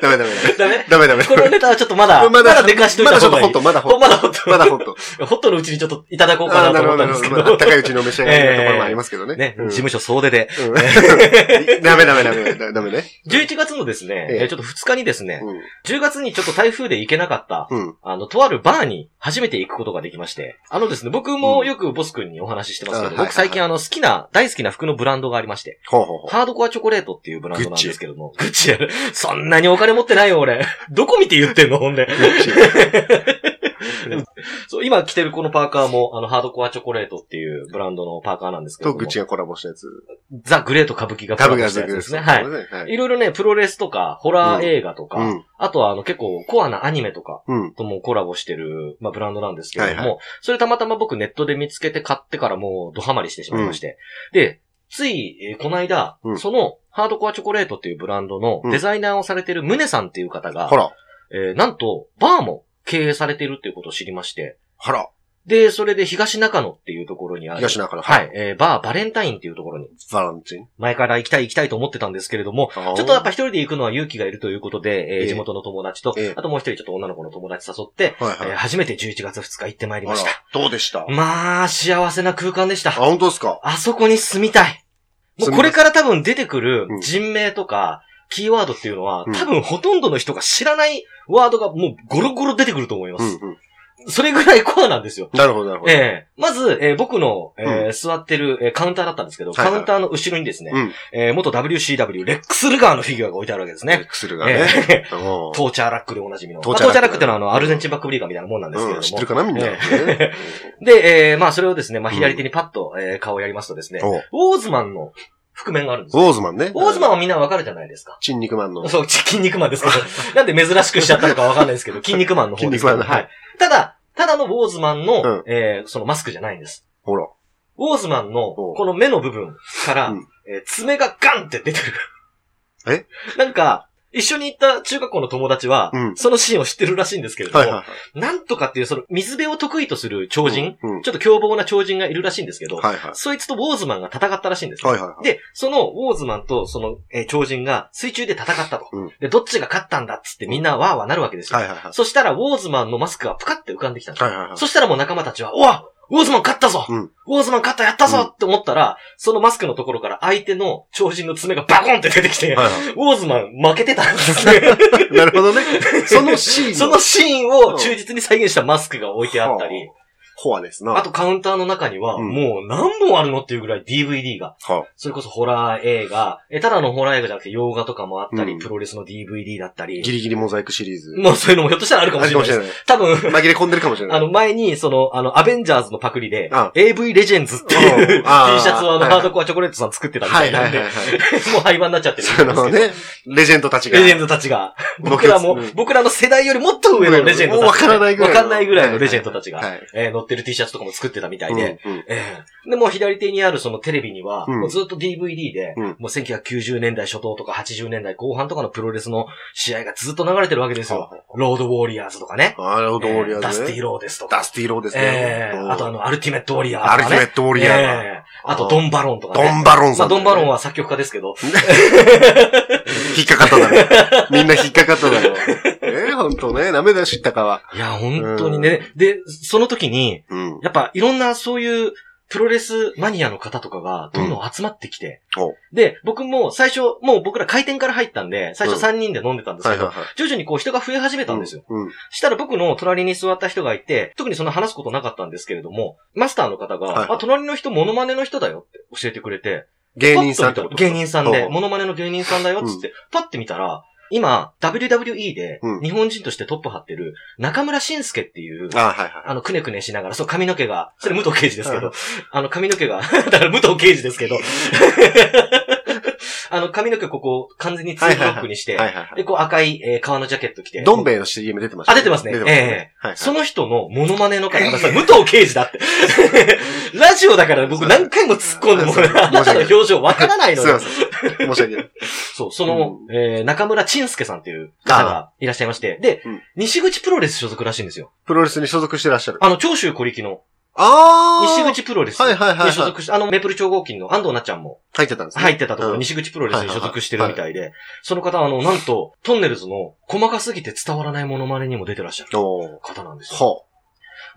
[SPEAKER 2] ダメダメ
[SPEAKER 1] ダメ
[SPEAKER 2] ダメ。ダメダメ。
[SPEAKER 1] このネタはちょっとまだ、まだでかしといた
[SPEAKER 2] まだちょ
[SPEAKER 1] 方
[SPEAKER 2] っと
[SPEAKER 1] が
[SPEAKER 2] ホ
[SPEAKER 1] い
[SPEAKER 2] ッ
[SPEAKER 1] い。
[SPEAKER 2] ト、まだホッ
[SPEAKER 1] おまだホ
[SPEAKER 2] ト。
[SPEAKER 1] ット
[SPEAKER 2] まだホット。
[SPEAKER 1] ホットのうちにちょっといただこう
[SPEAKER 2] あ
[SPEAKER 1] かな
[SPEAKER 2] あ、な
[SPEAKER 1] と
[SPEAKER 2] る
[SPEAKER 1] 思
[SPEAKER 2] ほ
[SPEAKER 1] った
[SPEAKER 2] ど、
[SPEAKER 1] んですけ
[SPEAKER 2] なるほど。
[SPEAKER 1] ど。
[SPEAKER 2] まあ高いうちのお召し上がりのところもありますけどね。
[SPEAKER 1] ね、事
[SPEAKER 2] うん
[SPEAKER 1] 務所総出で。
[SPEAKER 2] うんダメダメダメ、ダメね。
[SPEAKER 1] 11月のですね、
[SPEAKER 2] ええ
[SPEAKER 1] えーちょっと2日にですね、
[SPEAKER 2] う
[SPEAKER 1] 10月にちょっと台風で行けなかった、
[SPEAKER 2] ん。うん。
[SPEAKER 1] あの、とあるバーに初めて行くことができまして、あのですね、僕もよくボス君にお話ししてますけ
[SPEAKER 2] う
[SPEAKER 1] ど、
[SPEAKER 2] んあはい
[SPEAKER 1] 僕最近あの、好きな、大好きな服のブランドがありまして、
[SPEAKER 2] ほう ほうほ
[SPEAKER 1] ハードコアチョコレートっていうブランドなんですけども、グッチ やる。そんなにお金持ってないよ、俺。 どこ見て言ってんの、ほんで。
[SPEAKER 2] う。
[SPEAKER 1] そう、今着てるこのパーカーも、あの、ハードコアチョコレートっていうブランドのパーカーなんですけど
[SPEAKER 2] と、
[SPEAKER 1] も
[SPEAKER 2] グッチがコラボしたやつ。
[SPEAKER 1] ザ・グレート歌舞伎がコ
[SPEAKER 2] タ
[SPEAKER 1] ラ
[SPEAKER 2] ブ
[SPEAKER 1] ボ
[SPEAKER 2] が
[SPEAKER 1] した
[SPEAKER 2] ズ
[SPEAKER 1] やつ
[SPEAKER 2] グ
[SPEAKER 1] ですね。
[SPEAKER 2] は
[SPEAKER 1] はい。
[SPEAKER 2] い。
[SPEAKER 1] いろいろね、プロレスとか、ホラー映画とか、
[SPEAKER 2] うん。
[SPEAKER 1] あとはあの結構コアなアニメとか
[SPEAKER 2] うん。
[SPEAKER 1] ともコラボしてる、まあブランドなんですけれども、
[SPEAKER 2] はい
[SPEAKER 1] それたまたま僕ネットで見つけて買ってからもうドハマりしてしまいまして。で、つい、えーこの間、
[SPEAKER 2] うん
[SPEAKER 1] その、ハードコアチョコレートっていうブランドのデザイナーをされてるムネさんっていう方が、
[SPEAKER 2] ほら。
[SPEAKER 1] えーなんと、バーも経営されてるっていうことを知りまして、
[SPEAKER 2] ほら。
[SPEAKER 1] で、それで東中野っていうところにある。
[SPEAKER 2] 東中野
[SPEAKER 1] はい。えーバーバレンタインっていうところに、
[SPEAKER 2] バランチン。
[SPEAKER 1] 前から行きたい行きたいと思ってたんですけれども、
[SPEAKER 2] ちょ
[SPEAKER 1] ちょっとやっぱ
[SPEAKER 2] ぱ、
[SPEAKER 1] 一人で行くのは勇気がいるということで、え
[SPEAKER 2] ええ
[SPEAKER 1] ー地元の友達と、
[SPEAKER 2] ええ
[SPEAKER 1] あともう一人ちょっと女の子の友達誘って、
[SPEAKER 2] はいはい
[SPEAKER 1] えー初めて11月2日行ってまいり
[SPEAKER 2] あ
[SPEAKER 1] ま
[SPEAKER 2] ら
[SPEAKER 1] した。
[SPEAKER 2] どうでしたあ、
[SPEAKER 1] まあ、幸せな空間でした。
[SPEAKER 2] 本当ですか
[SPEAKER 1] あそこに住みたい。もう
[SPEAKER 2] 住みます
[SPEAKER 1] これから多分出てくる
[SPEAKER 2] うん
[SPEAKER 1] 人名とか、キーワードっていうのは、
[SPEAKER 2] うん
[SPEAKER 1] 多分ほとんどの人が知らないワードがもうゴロゴロ出てくると思いま
[SPEAKER 2] うん
[SPEAKER 1] す。
[SPEAKER 2] うん。
[SPEAKER 1] それぐらいコアなんですよ。
[SPEAKER 2] なるほど、なるほど。
[SPEAKER 1] ええまず、えー僕の、えー座ってる、えーカウンターだったんですけど、
[SPEAKER 2] はいはい
[SPEAKER 1] カウンターの後ろにですね、
[SPEAKER 2] うん
[SPEAKER 1] えー元 WCW、レックスルガーのフィギュアが置いてあるわけですね。。
[SPEAKER 2] 薬がね。
[SPEAKER 1] ええ
[SPEAKER 2] うん
[SPEAKER 1] トーチャーラックでおなじみの。まあ
[SPEAKER 2] ト
[SPEAKER 1] ト
[SPEAKER 2] ー
[SPEAKER 1] ー
[SPEAKER 2] チ
[SPEAKER 1] チャ
[SPEAKER 2] ャーラック
[SPEAKER 1] ーラックってのはあの、アルゼンチンバックブリーガーみたいなもんなんですけれ
[SPEAKER 2] う
[SPEAKER 1] ど
[SPEAKER 2] ん。
[SPEAKER 1] も。
[SPEAKER 2] 知ってるかなみんな。
[SPEAKER 1] え
[SPEAKER 2] ね
[SPEAKER 1] で、えーまあそれをですね、まあ
[SPEAKER 2] うん
[SPEAKER 1] 左手にパッと、えー顔をやりますとですね、
[SPEAKER 2] お
[SPEAKER 1] ウォーズマンの覆面があるんですよ。
[SPEAKER 2] ウォーズマンね。
[SPEAKER 1] ウォーズマン
[SPEAKER 2] ン。
[SPEAKER 1] はみんなわかるじゃないですか。
[SPEAKER 2] チン肉マンの。
[SPEAKER 1] そう、ち筋肉マンですけ ど。なんで珍しくしちゃったのかわかんないですけど、筋肉マンの方ですけど。
[SPEAKER 2] 筋肉マンの
[SPEAKER 1] はい。ただ、ただのウォーズマンの、
[SPEAKER 2] うん
[SPEAKER 1] えーそのマスクじゃないんです。
[SPEAKER 2] ほら。
[SPEAKER 1] ウォーズマンの、
[SPEAKER 2] おう
[SPEAKER 1] この目の部分から、
[SPEAKER 2] うん
[SPEAKER 1] えー爪がガンって出てる。
[SPEAKER 2] え
[SPEAKER 1] なんか、一緒に行った中学校の友達は、
[SPEAKER 2] うん
[SPEAKER 1] そのシーンを知ってるらしいんですけれども、
[SPEAKER 2] はいは
[SPEAKER 1] なんとかっていう、その水辺を得意とする超
[SPEAKER 2] い。
[SPEAKER 1] 人、
[SPEAKER 2] うんうん
[SPEAKER 1] ちょっと凶暴な超人がいるらしいんですけど、
[SPEAKER 2] はいはい。
[SPEAKER 1] そいつとウォーズマンが戦ったらしいんですね、
[SPEAKER 2] はいはいはい。
[SPEAKER 1] で、そのウォーズマンとその、えー超人が水中で戦ったと、
[SPEAKER 2] うん
[SPEAKER 1] で、どっちが勝ったんだっつってみんなわーわーなるわけですよ。
[SPEAKER 2] はいはいはい。
[SPEAKER 1] そしたらウォーズマンのマスクがプカって浮かんできたんです
[SPEAKER 2] はいはいはい。
[SPEAKER 1] そしたらもう仲間たちは、おわウォーズマン勝ったぞ、
[SPEAKER 2] うん
[SPEAKER 1] ウォーズマン勝ったやったぞ、って思ったら、そのマスクのところから相手の超人の爪がバコンって出てきて、
[SPEAKER 2] はいは
[SPEAKER 1] ウォーズマン負けてたんですね。
[SPEAKER 2] い。なるほどね。そのシーン。
[SPEAKER 1] そのシーンを忠実に再現したマスクが置いてあったり、
[SPEAKER 2] コアですな。
[SPEAKER 1] あとカウンターの中には、
[SPEAKER 2] うん
[SPEAKER 1] もう何本あるのっていうぐらい DVD が。
[SPEAKER 2] は
[SPEAKER 1] それこそホラー映画、え、ただのホラー映画じゃなくて洋画とかもあったり、
[SPEAKER 2] うん
[SPEAKER 1] プロレスの DVD だった
[SPEAKER 2] ギ
[SPEAKER 1] り、
[SPEAKER 2] リギリモザイクシリーズ。
[SPEAKER 1] もうそういうのもひょっとしたらあるかもしれないです。
[SPEAKER 2] ない。
[SPEAKER 1] 多分、
[SPEAKER 2] 紛れ込んでるかもしれない。
[SPEAKER 1] あの前に、その、あの、アベンジャーズのパクリで
[SPEAKER 2] あ、
[SPEAKER 1] AV レジェンズっていうう T シ
[SPEAKER 2] んあー
[SPEAKER 1] ャツをあの、
[SPEAKER 2] はいはい
[SPEAKER 1] ハードコアチョコレートさん作ってたみた
[SPEAKER 2] はい
[SPEAKER 1] い
[SPEAKER 2] は
[SPEAKER 1] なん
[SPEAKER 2] いはい
[SPEAKER 1] で、
[SPEAKER 2] はい。
[SPEAKER 1] もう廃盤になっちゃってるん
[SPEAKER 2] そ
[SPEAKER 1] です
[SPEAKER 2] の
[SPEAKER 1] けど。
[SPEAKER 2] ね、レジェンドたちが。
[SPEAKER 1] レジェンドたちが、
[SPEAKER 2] の
[SPEAKER 1] 僕らも
[SPEAKER 2] うん、
[SPEAKER 1] 僕らの世代よりもっと上のレジェンド
[SPEAKER 2] も
[SPEAKER 1] た
[SPEAKER 2] うわ
[SPEAKER 1] ち。
[SPEAKER 2] からないぐらいの。
[SPEAKER 1] わかんないぐらいのレジェンドたちが、
[SPEAKER 2] はいはい
[SPEAKER 1] えー乗ってる T シャツとかも作ってたみたい
[SPEAKER 2] は
[SPEAKER 1] で、
[SPEAKER 2] い。うんうん
[SPEAKER 1] ええで、もう左手にあるそのテレビには、
[SPEAKER 2] うん
[SPEAKER 1] もうずっと DVD で、
[SPEAKER 2] うん
[SPEAKER 1] もう1990年代初頭とか80年代後半とかのプロレスの試合がずっと流れてるわけですよ。ロードウォーリアーズとかね。
[SPEAKER 2] あなるほど、ウォリアーズね。
[SPEAKER 1] ダスティーローですと
[SPEAKER 2] ダ
[SPEAKER 1] か。
[SPEAKER 2] スティーローです
[SPEAKER 1] え
[SPEAKER 2] ね。
[SPEAKER 1] え
[SPEAKER 2] うん
[SPEAKER 1] あとあ、の、アルティメットウォリアー
[SPEAKER 2] ア
[SPEAKER 1] ズと
[SPEAKER 2] ル
[SPEAKER 1] か、ね。
[SPEAKER 2] ティメットウォリアーが。
[SPEAKER 1] ええあと、ドンバロンとか
[SPEAKER 2] ド
[SPEAKER 1] ね。
[SPEAKER 2] ンバロン
[SPEAKER 1] ま
[SPEAKER 2] さ
[SPEAKER 1] あ、
[SPEAKER 2] んだ
[SPEAKER 1] ド
[SPEAKER 2] よ
[SPEAKER 1] ン
[SPEAKER 2] ね。
[SPEAKER 1] バロンは作曲家ですけど。
[SPEAKER 2] 引っかかっただろ。みんな引っかかっただろ。ええ、本当ね。ダメだよ、知ったかは。
[SPEAKER 1] いや、本当にね。で、その時に、
[SPEAKER 2] うん。
[SPEAKER 1] やっぱいろんなそういうプロレスマニアの方とかがどんどん集まってきて、
[SPEAKER 2] おはい
[SPEAKER 1] で、僕も最初、もう僕ら開店から入ったんで、最
[SPEAKER 2] うん
[SPEAKER 1] 初3人で飲んでたんです
[SPEAKER 2] は
[SPEAKER 1] け
[SPEAKER 2] い
[SPEAKER 1] ど、
[SPEAKER 2] はい。
[SPEAKER 1] 徐々にこう人が増え始めたんですよ。
[SPEAKER 2] うん。
[SPEAKER 1] したら僕の隣に座った人がいて、特にそんな話すことなかったんですけれども、マスターの方が、
[SPEAKER 2] はい
[SPEAKER 1] あ、隣の人モノマネの人だよって教えてくれて、
[SPEAKER 2] 芸人さんって
[SPEAKER 1] パッ
[SPEAKER 2] こ
[SPEAKER 1] 見
[SPEAKER 2] とと
[SPEAKER 1] たら芸人さんで、
[SPEAKER 2] おう
[SPEAKER 1] モノマネの芸人さんだよっつって、パッて見たら、今、WWE で
[SPEAKER 2] うん
[SPEAKER 1] 日本人としてトップ張ってる中村慎介っていう、
[SPEAKER 2] あはいはい。
[SPEAKER 1] あの、くねくねしながら、そう、髪の毛が、それ武藤 刑事ですけど、あの、髪の毛が、だから武藤刑事ですけど、 あの、髪の毛ここ完全にツーブロックにして、
[SPEAKER 2] はいはいは
[SPEAKER 1] で、こう赤い、えー革のジャケット着て。
[SPEAKER 2] い。どん兵衛の CM 出てました、
[SPEAKER 1] あ出てますね
[SPEAKER 2] ねはいはい
[SPEAKER 1] その人のモノマネの方がさ、武藤刑事だって。 ラジオだから僕何回も突っ込んでも、
[SPEAKER 2] そうそ う
[SPEAKER 1] あなたの表情わからないの
[SPEAKER 2] すい
[SPEAKER 1] よ
[SPEAKER 2] ま。せん。申し訳ない。
[SPEAKER 1] そう、その、えー中村晋介さんっていう方がいらっしゃいまして、で、
[SPEAKER 2] うん
[SPEAKER 1] 西口プロレス所属らしいんですよ。
[SPEAKER 2] プロレスに所属してらっしゃる。
[SPEAKER 1] あの、長州小力の
[SPEAKER 2] あ
[SPEAKER 1] 西
[SPEAKER 2] ー
[SPEAKER 1] 口プロレス
[SPEAKER 2] はい
[SPEAKER 1] に
[SPEAKER 2] はいはい、はい。
[SPEAKER 1] 所属して、あの、メープル超合金の安藤なっちゃんも
[SPEAKER 2] 入ってたんですね。
[SPEAKER 1] 入ってたとこ
[SPEAKER 2] う
[SPEAKER 1] ろ、
[SPEAKER 2] ん
[SPEAKER 1] 西口プロレスに所属してるみたいで、その方、あの、なんと、トンネルズの細かすぎて伝わらないモノマネにも出てらっしゃる
[SPEAKER 2] おー。
[SPEAKER 1] 方なんですよ。
[SPEAKER 2] ほ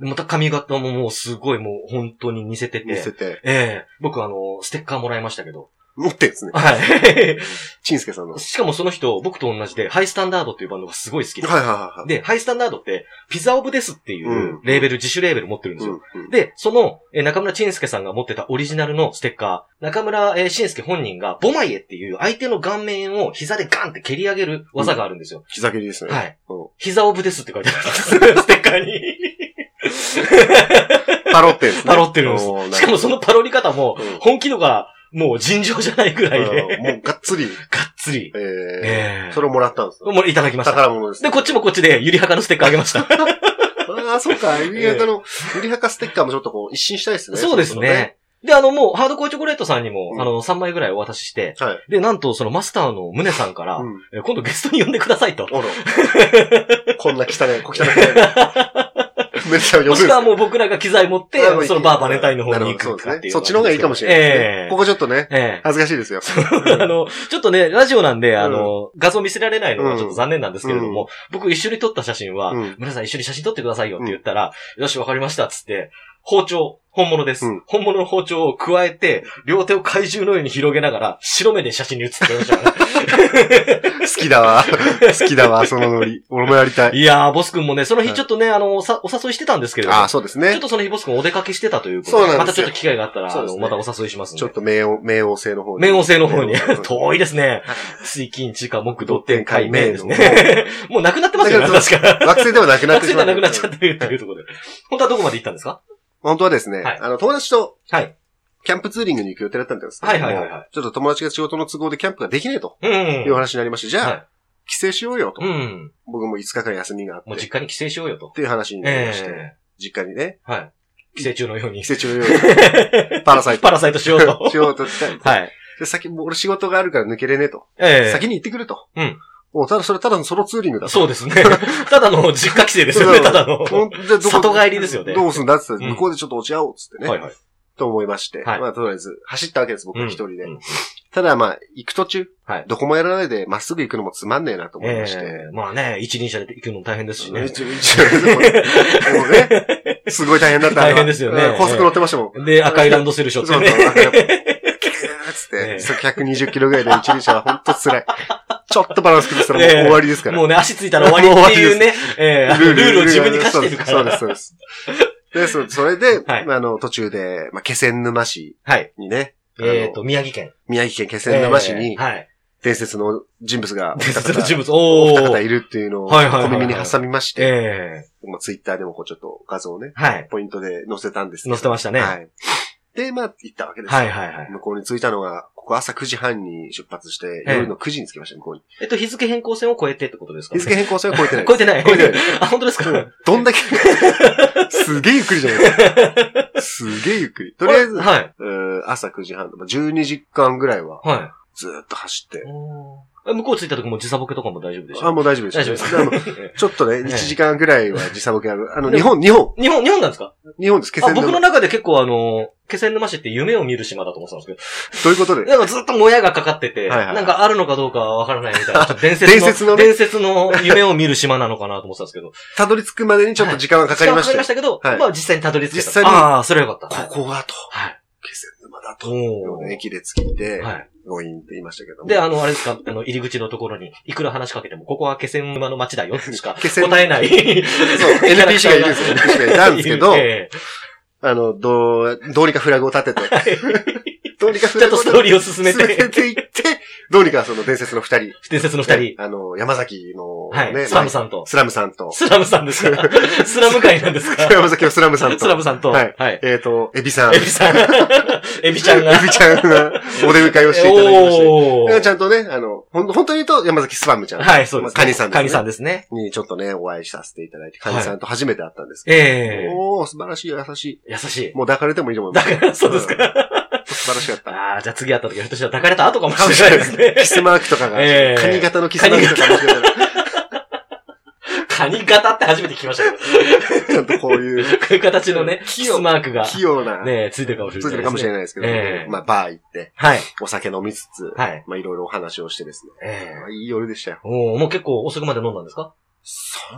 [SPEAKER 1] でまた髪型ももうすごいもう本当に似せて
[SPEAKER 2] う。見せ
[SPEAKER 1] て、
[SPEAKER 2] て。
[SPEAKER 1] ええ僕あの、ステッカーもらいましたけど、
[SPEAKER 2] 持ってるんですね。
[SPEAKER 1] はい。
[SPEAKER 2] ちんすけさんの。はい
[SPEAKER 1] しかもその人、僕と同じで、ハイスタンダードっていうバンドがすごい好きで、
[SPEAKER 2] はいはいはい。
[SPEAKER 1] で、ハイスタンダードって、ピザオブですっていううんレーベル、自主レーベル持ってるんです
[SPEAKER 2] う
[SPEAKER 1] よ。
[SPEAKER 2] んうん
[SPEAKER 1] で、その、えー中村晋介さんが持ってたオリジナルのステッカー、中村えー晋介本人が、ボマイエっていう相手の顔面を膝でガンって蹴り上げる技があるんですよ。
[SPEAKER 2] 膝蹴りですね。
[SPEAKER 1] はい
[SPEAKER 2] うん。
[SPEAKER 1] 膝オブですって書いてあるんです。ステッカー に。
[SPEAKER 2] パロってるんですね。
[SPEAKER 1] パロってるんです
[SPEAKER 2] おー
[SPEAKER 1] しかもそ、のパロリ方も、
[SPEAKER 2] うん
[SPEAKER 1] 本気度がもう尋常じゃないぐらいで、
[SPEAKER 2] あーもうがっつり、
[SPEAKER 1] がっつり、
[SPEAKER 2] え
[SPEAKER 1] ええ
[SPEAKER 2] ー、それをもらったんです。
[SPEAKER 1] もういただきました。
[SPEAKER 2] 宝物ですね
[SPEAKER 1] で、。こっちもこっちで、ゆりはかのステッカーあげました。
[SPEAKER 2] ああ、そ うか。ゆりはかの、ゆりはかステッカーもちょっとこう、一新したいですね。
[SPEAKER 1] そうですね。で、あの、もう、ハードコーチョコレートさんにも、
[SPEAKER 2] うん
[SPEAKER 1] あの、3枚ぐらいお渡しして、
[SPEAKER 2] はい
[SPEAKER 1] で、なんと、そのマスターのムネさんから、
[SPEAKER 2] そろそろね。
[SPEAKER 1] え今度ゲストに呼んでくださいと。
[SPEAKER 2] うん。あら。こんな汚い、小汚い。めっちゃ呼ぶん
[SPEAKER 1] も
[SPEAKER 2] です
[SPEAKER 1] し
[SPEAKER 2] ね
[SPEAKER 1] くはもう僕らが機材持って
[SPEAKER 2] あもういい、
[SPEAKER 1] そのバーバレンタインの方に行くかっていう。
[SPEAKER 2] なるほどそうですねそっちの方がいいかもしれないですね、
[SPEAKER 1] ええ
[SPEAKER 2] ここちょっとね、
[SPEAKER 1] ええ。
[SPEAKER 2] 恥ずかしいですよ。
[SPEAKER 1] あの、ちょっとね、ラジオなんで、
[SPEAKER 2] ん
[SPEAKER 1] あの、画像見せられないのがちょっと残念なんですけれども、僕一緒に撮った写真は、
[SPEAKER 2] うん
[SPEAKER 1] 村さん一緒に写真撮ってくださいよって言ったら、よし、わかりました、つって、包丁、本物です、
[SPEAKER 2] うん
[SPEAKER 1] 本物の包丁を加えて、両手を怪獣のように広げながら、白目で写真に写ってました から
[SPEAKER 2] 好きだわ。好きだわ、そのノリ。俺もやりたい。
[SPEAKER 1] ね。いやー、ボス君もね、その日
[SPEAKER 2] はい
[SPEAKER 1] ちょっとね、あの、おさお誘いしてたんですけれども、
[SPEAKER 2] ああ、そうです
[SPEAKER 1] ちょっ
[SPEAKER 2] ね。
[SPEAKER 1] とその日ボス君お出かけしてたということ
[SPEAKER 2] そうなん
[SPEAKER 1] ま
[SPEAKER 2] で
[SPEAKER 1] た
[SPEAKER 2] す
[SPEAKER 1] ちょ
[SPEAKER 2] よ
[SPEAKER 1] っと機会があったら、
[SPEAKER 2] そう
[SPEAKER 1] あ
[SPEAKER 2] です
[SPEAKER 1] の、
[SPEAKER 2] ね
[SPEAKER 1] またお誘いしますん
[SPEAKER 2] ちょっ
[SPEAKER 1] で。
[SPEAKER 2] と冥王、冥王星の方に。
[SPEAKER 1] 冥王星の方に
[SPEAKER 2] 冥王星。
[SPEAKER 1] 遠いですね
[SPEAKER 2] はい。
[SPEAKER 1] 水金地下木土天海明ですね
[SPEAKER 2] 土天。
[SPEAKER 1] もうなくなってますよね、
[SPEAKER 2] なくなっ
[SPEAKER 1] 確か。
[SPEAKER 2] 惑星ではなくなっ
[SPEAKER 1] 学
[SPEAKER 2] てし
[SPEAKER 1] 生
[SPEAKER 2] ま
[SPEAKER 1] が
[SPEAKER 2] う。
[SPEAKER 1] なくなっちゃってるっていうところで。本当はどこまで行ったんですか
[SPEAKER 2] 本当はですね、
[SPEAKER 1] はい
[SPEAKER 2] あの、友達と、
[SPEAKER 1] はい。
[SPEAKER 2] キャンプツーリングに行く予定だったんですけど
[SPEAKER 1] はい
[SPEAKER 2] も
[SPEAKER 1] はいはいはい。
[SPEAKER 2] ちょっと友達が仕事の都合でキャンプができねえと
[SPEAKER 1] う。
[SPEAKER 2] いうん話になりまして、じゃあ、
[SPEAKER 1] はい
[SPEAKER 2] 帰省しようよと。
[SPEAKER 1] うん。
[SPEAKER 2] 僕も5日間休みがあって。
[SPEAKER 1] もう
[SPEAKER 2] っ
[SPEAKER 1] 実家に帰省しようよと。
[SPEAKER 2] ていう話になりまして、
[SPEAKER 1] え
[SPEAKER 2] 実家にね、
[SPEAKER 1] え。はい。帰省中のように
[SPEAKER 2] 帰。省中のようにパラサイト。。
[SPEAKER 1] パラサイトしようと
[SPEAKER 2] しようとしたい。
[SPEAKER 1] はい。
[SPEAKER 2] で、先、もう俺仕事があるから抜けれねえと。
[SPEAKER 1] ええ。
[SPEAKER 2] 先に行ってくると。
[SPEAKER 1] うん。
[SPEAKER 2] もうただ、それただのソロツーリングだと。
[SPEAKER 1] そう ですね。ただの実家帰省ですよね、
[SPEAKER 2] そ
[SPEAKER 1] た
[SPEAKER 2] う
[SPEAKER 1] だの。は
[SPEAKER 2] ほんじゃあどこ
[SPEAKER 1] 里帰りですよね
[SPEAKER 2] どうすんだって言った
[SPEAKER 1] う
[SPEAKER 2] ら、
[SPEAKER 1] ん
[SPEAKER 2] 向こうでちょっと落ち合おうっつってね。
[SPEAKER 1] いはい。
[SPEAKER 2] と思いまして。
[SPEAKER 1] はい
[SPEAKER 2] まあ、とりあえず、走ったわけです、僕
[SPEAKER 1] うん
[SPEAKER 2] 一人で。
[SPEAKER 1] うん
[SPEAKER 2] ただ、まあ、行く途中、
[SPEAKER 1] はい
[SPEAKER 2] どこもやらないで、まっすぐ行くのもつまんねえなと思い
[SPEAKER 1] え
[SPEAKER 2] まして。
[SPEAKER 1] え。まあね、一輪車で行くのも大変ですし ね。
[SPEAKER 2] 一応一応もうね、すごい大変だった。
[SPEAKER 1] 大変ですよね
[SPEAKER 2] うん高速乗ってましたもん。
[SPEAKER 1] で、赤いランドセルしょっ
[SPEAKER 2] そ
[SPEAKER 1] て
[SPEAKER 2] うそう。
[SPEAKER 1] ね。え
[SPEAKER 2] つっ
[SPEAKER 1] え
[SPEAKER 2] て、そう120キロぐらいで一輪車は本当 辛い。ちょっとバランス崩したらも
[SPEAKER 1] ええ
[SPEAKER 2] う終わりですから。
[SPEAKER 1] もうね、足ついたら終わりっていうね、ええ、ルールを自分に課してるか
[SPEAKER 2] そう
[SPEAKER 1] ら。
[SPEAKER 2] です、そうです。そうですで、そそれで、
[SPEAKER 1] はい
[SPEAKER 2] まああの、途中で、まあ、気仙沼市
[SPEAKER 1] はい。
[SPEAKER 2] にね、
[SPEAKER 1] えっと、宮城県。
[SPEAKER 2] 宮城県気仙沼市に
[SPEAKER 1] ええはい。
[SPEAKER 2] 伝説の人物が、
[SPEAKER 1] 伝説の人物。
[SPEAKER 2] お
[SPEAKER 1] お
[SPEAKER 2] 二方
[SPEAKER 1] ー。
[SPEAKER 2] いるっていうのを
[SPEAKER 1] はいはいはい
[SPEAKER 2] 小耳に挟みまして、
[SPEAKER 1] ええ。
[SPEAKER 2] まあツイッターでもこうちょっと画像をね、
[SPEAKER 1] はい。
[SPEAKER 2] ポイントで載せたんですけど
[SPEAKER 1] 載せてましたね。
[SPEAKER 2] はい。で、まあ、行ったわけですよ。
[SPEAKER 1] はいはいはい。
[SPEAKER 2] 向こうに着いたのが、ここ朝9時半に出発して、
[SPEAKER 1] ええ
[SPEAKER 2] 夜の9時に着きました、向こうに。
[SPEAKER 1] えっと、日付変更線を超えてってことですか
[SPEAKER 2] 日付変更線は超えてな い。
[SPEAKER 1] 超えてない。
[SPEAKER 2] 超えてない。
[SPEAKER 1] あ、本当ですか、
[SPEAKER 2] うんどんだけ、すげえゆっくりじゃないですか。すげえゆっくり。とりあえず、
[SPEAKER 1] はい。
[SPEAKER 2] えー朝9時半、まあ12時間ぐらいは
[SPEAKER 1] は
[SPEAKER 2] ずーっと走って
[SPEAKER 1] い。。え向こう着いた時も時差ボケとかも大丈夫でし
[SPEAKER 2] あ、
[SPEAKER 1] ょ
[SPEAKER 2] もう大丈夫です。
[SPEAKER 1] 大丈夫です
[SPEAKER 2] あのちょっとね、
[SPEAKER 1] え
[SPEAKER 2] 1時間ぐらいは時差ボケある。あの、
[SPEAKER 1] で
[SPEAKER 2] 日本、日本、
[SPEAKER 1] 日本、日本なんですか
[SPEAKER 2] 日本です。気
[SPEAKER 1] あ
[SPEAKER 2] 仙
[SPEAKER 1] 僕の
[SPEAKER 2] 沼。
[SPEAKER 1] 中で結構あの、気仙沼市って夢を見る島だと思ってたんです
[SPEAKER 2] ということ
[SPEAKER 1] けど、
[SPEAKER 2] で、
[SPEAKER 1] なんかずっともやがかかってて、
[SPEAKER 2] はいはい
[SPEAKER 1] なんかあるのかどうかはわからないみたい な、伝説の、
[SPEAKER 2] 伝説のね
[SPEAKER 1] 伝説の夢を見る島なのかなと思ってたんですけど、
[SPEAKER 2] たどり着くまでにちょっと時間がかかりま
[SPEAKER 1] 時間
[SPEAKER 2] した
[SPEAKER 1] はかかりましたけど、
[SPEAKER 2] はい
[SPEAKER 1] まあ実際にたどり着けた。
[SPEAKER 2] 実際に
[SPEAKER 1] ああ、それはよかった。
[SPEAKER 2] ここはと、
[SPEAKER 1] はい。
[SPEAKER 2] 気仙沼だと。
[SPEAKER 1] おー
[SPEAKER 2] 駅で着いて、
[SPEAKER 1] はい。
[SPEAKER 2] ゴインって言いましたけども。
[SPEAKER 1] で、あの、あれですか、あの、入り口のところに、いくら話しかけても、ここは気仙沼の街だよ、しか
[SPEAKER 2] 気仙
[SPEAKER 1] 答えない。、
[SPEAKER 2] そう、NPC がいるんですよ。NPC がいたんですけど
[SPEAKER 1] え
[SPEAKER 2] あの、どう、どうにかフラグを立てて、どうにかす
[SPEAKER 1] ちょ
[SPEAKER 2] る
[SPEAKER 1] っと
[SPEAKER 2] こ
[SPEAKER 1] ス
[SPEAKER 2] と
[SPEAKER 1] トーリーを進め
[SPEAKER 2] 進め
[SPEAKER 1] て、
[SPEAKER 2] ていって、どうにかその伝説の二人。
[SPEAKER 1] 伝説の二人
[SPEAKER 2] ね。あの、山崎の、
[SPEAKER 1] はい。
[SPEAKER 2] ね、
[SPEAKER 1] スラムさんと。
[SPEAKER 2] スラムさんと、
[SPEAKER 1] スラムさんです かスラム界なんです か
[SPEAKER 2] 山崎のスラムさん
[SPEAKER 1] スラ
[SPEAKER 2] と、
[SPEAKER 1] ムさんと。は
[SPEAKER 2] はいい。えっと、エビさん
[SPEAKER 1] エ。ビさ ん。エビちゃんが。
[SPEAKER 2] エビちゃんがお出迎えをしていただきまし て
[SPEAKER 1] お
[SPEAKER 2] なんかち
[SPEAKER 1] ー
[SPEAKER 2] ゃんとね、あの、ほん本当に言うと山崎スパムちゃん。
[SPEAKER 1] はい、そうです、
[SPEAKER 2] カニさんですね
[SPEAKER 1] カニさんですね。
[SPEAKER 2] にちょっとね、お会いさせていただいて、カニさんと初めて会ったんですけ
[SPEAKER 1] え
[SPEAKER 2] ど、
[SPEAKER 1] え
[SPEAKER 2] おー、素晴らしい、優し
[SPEAKER 1] 優しい
[SPEAKER 2] い。。もう抱かれてもいいと思いま
[SPEAKER 1] だ
[SPEAKER 2] す。
[SPEAKER 1] から、そうですか。
[SPEAKER 2] 素晴らしかった。
[SPEAKER 1] ああ、じゃあ次会った時はひょっとしたら抱かれた後かもしれないですね。
[SPEAKER 2] キスマークとかが、
[SPEAKER 1] ええ
[SPEAKER 2] カニ型のキスマークとかもしてたら、
[SPEAKER 1] カニ型って初めて聞きましたけど。
[SPEAKER 2] ちゃんとこういう、
[SPEAKER 1] こういう形のね、キ
[SPEAKER 2] 器
[SPEAKER 1] ス
[SPEAKER 2] 用
[SPEAKER 1] マークが、
[SPEAKER 2] 器用な、
[SPEAKER 1] ね、ついてるかもしれ
[SPEAKER 2] つ
[SPEAKER 1] ないいですね。
[SPEAKER 2] てるかもしれないですけど、
[SPEAKER 1] ええ
[SPEAKER 2] まあ、バー行って、
[SPEAKER 1] はい。
[SPEAKER 2] お酒飲みつつ、
[SPEAKER 1] はい。
[SPEAKER 2] まあ、いろいろお話をしてですね。
[SPEAKER 1] ええ
[SPEAKER 2] まあいい夜でしたよ。
[SPEAKER 1] おーもう結構遅くまで飲んだんですか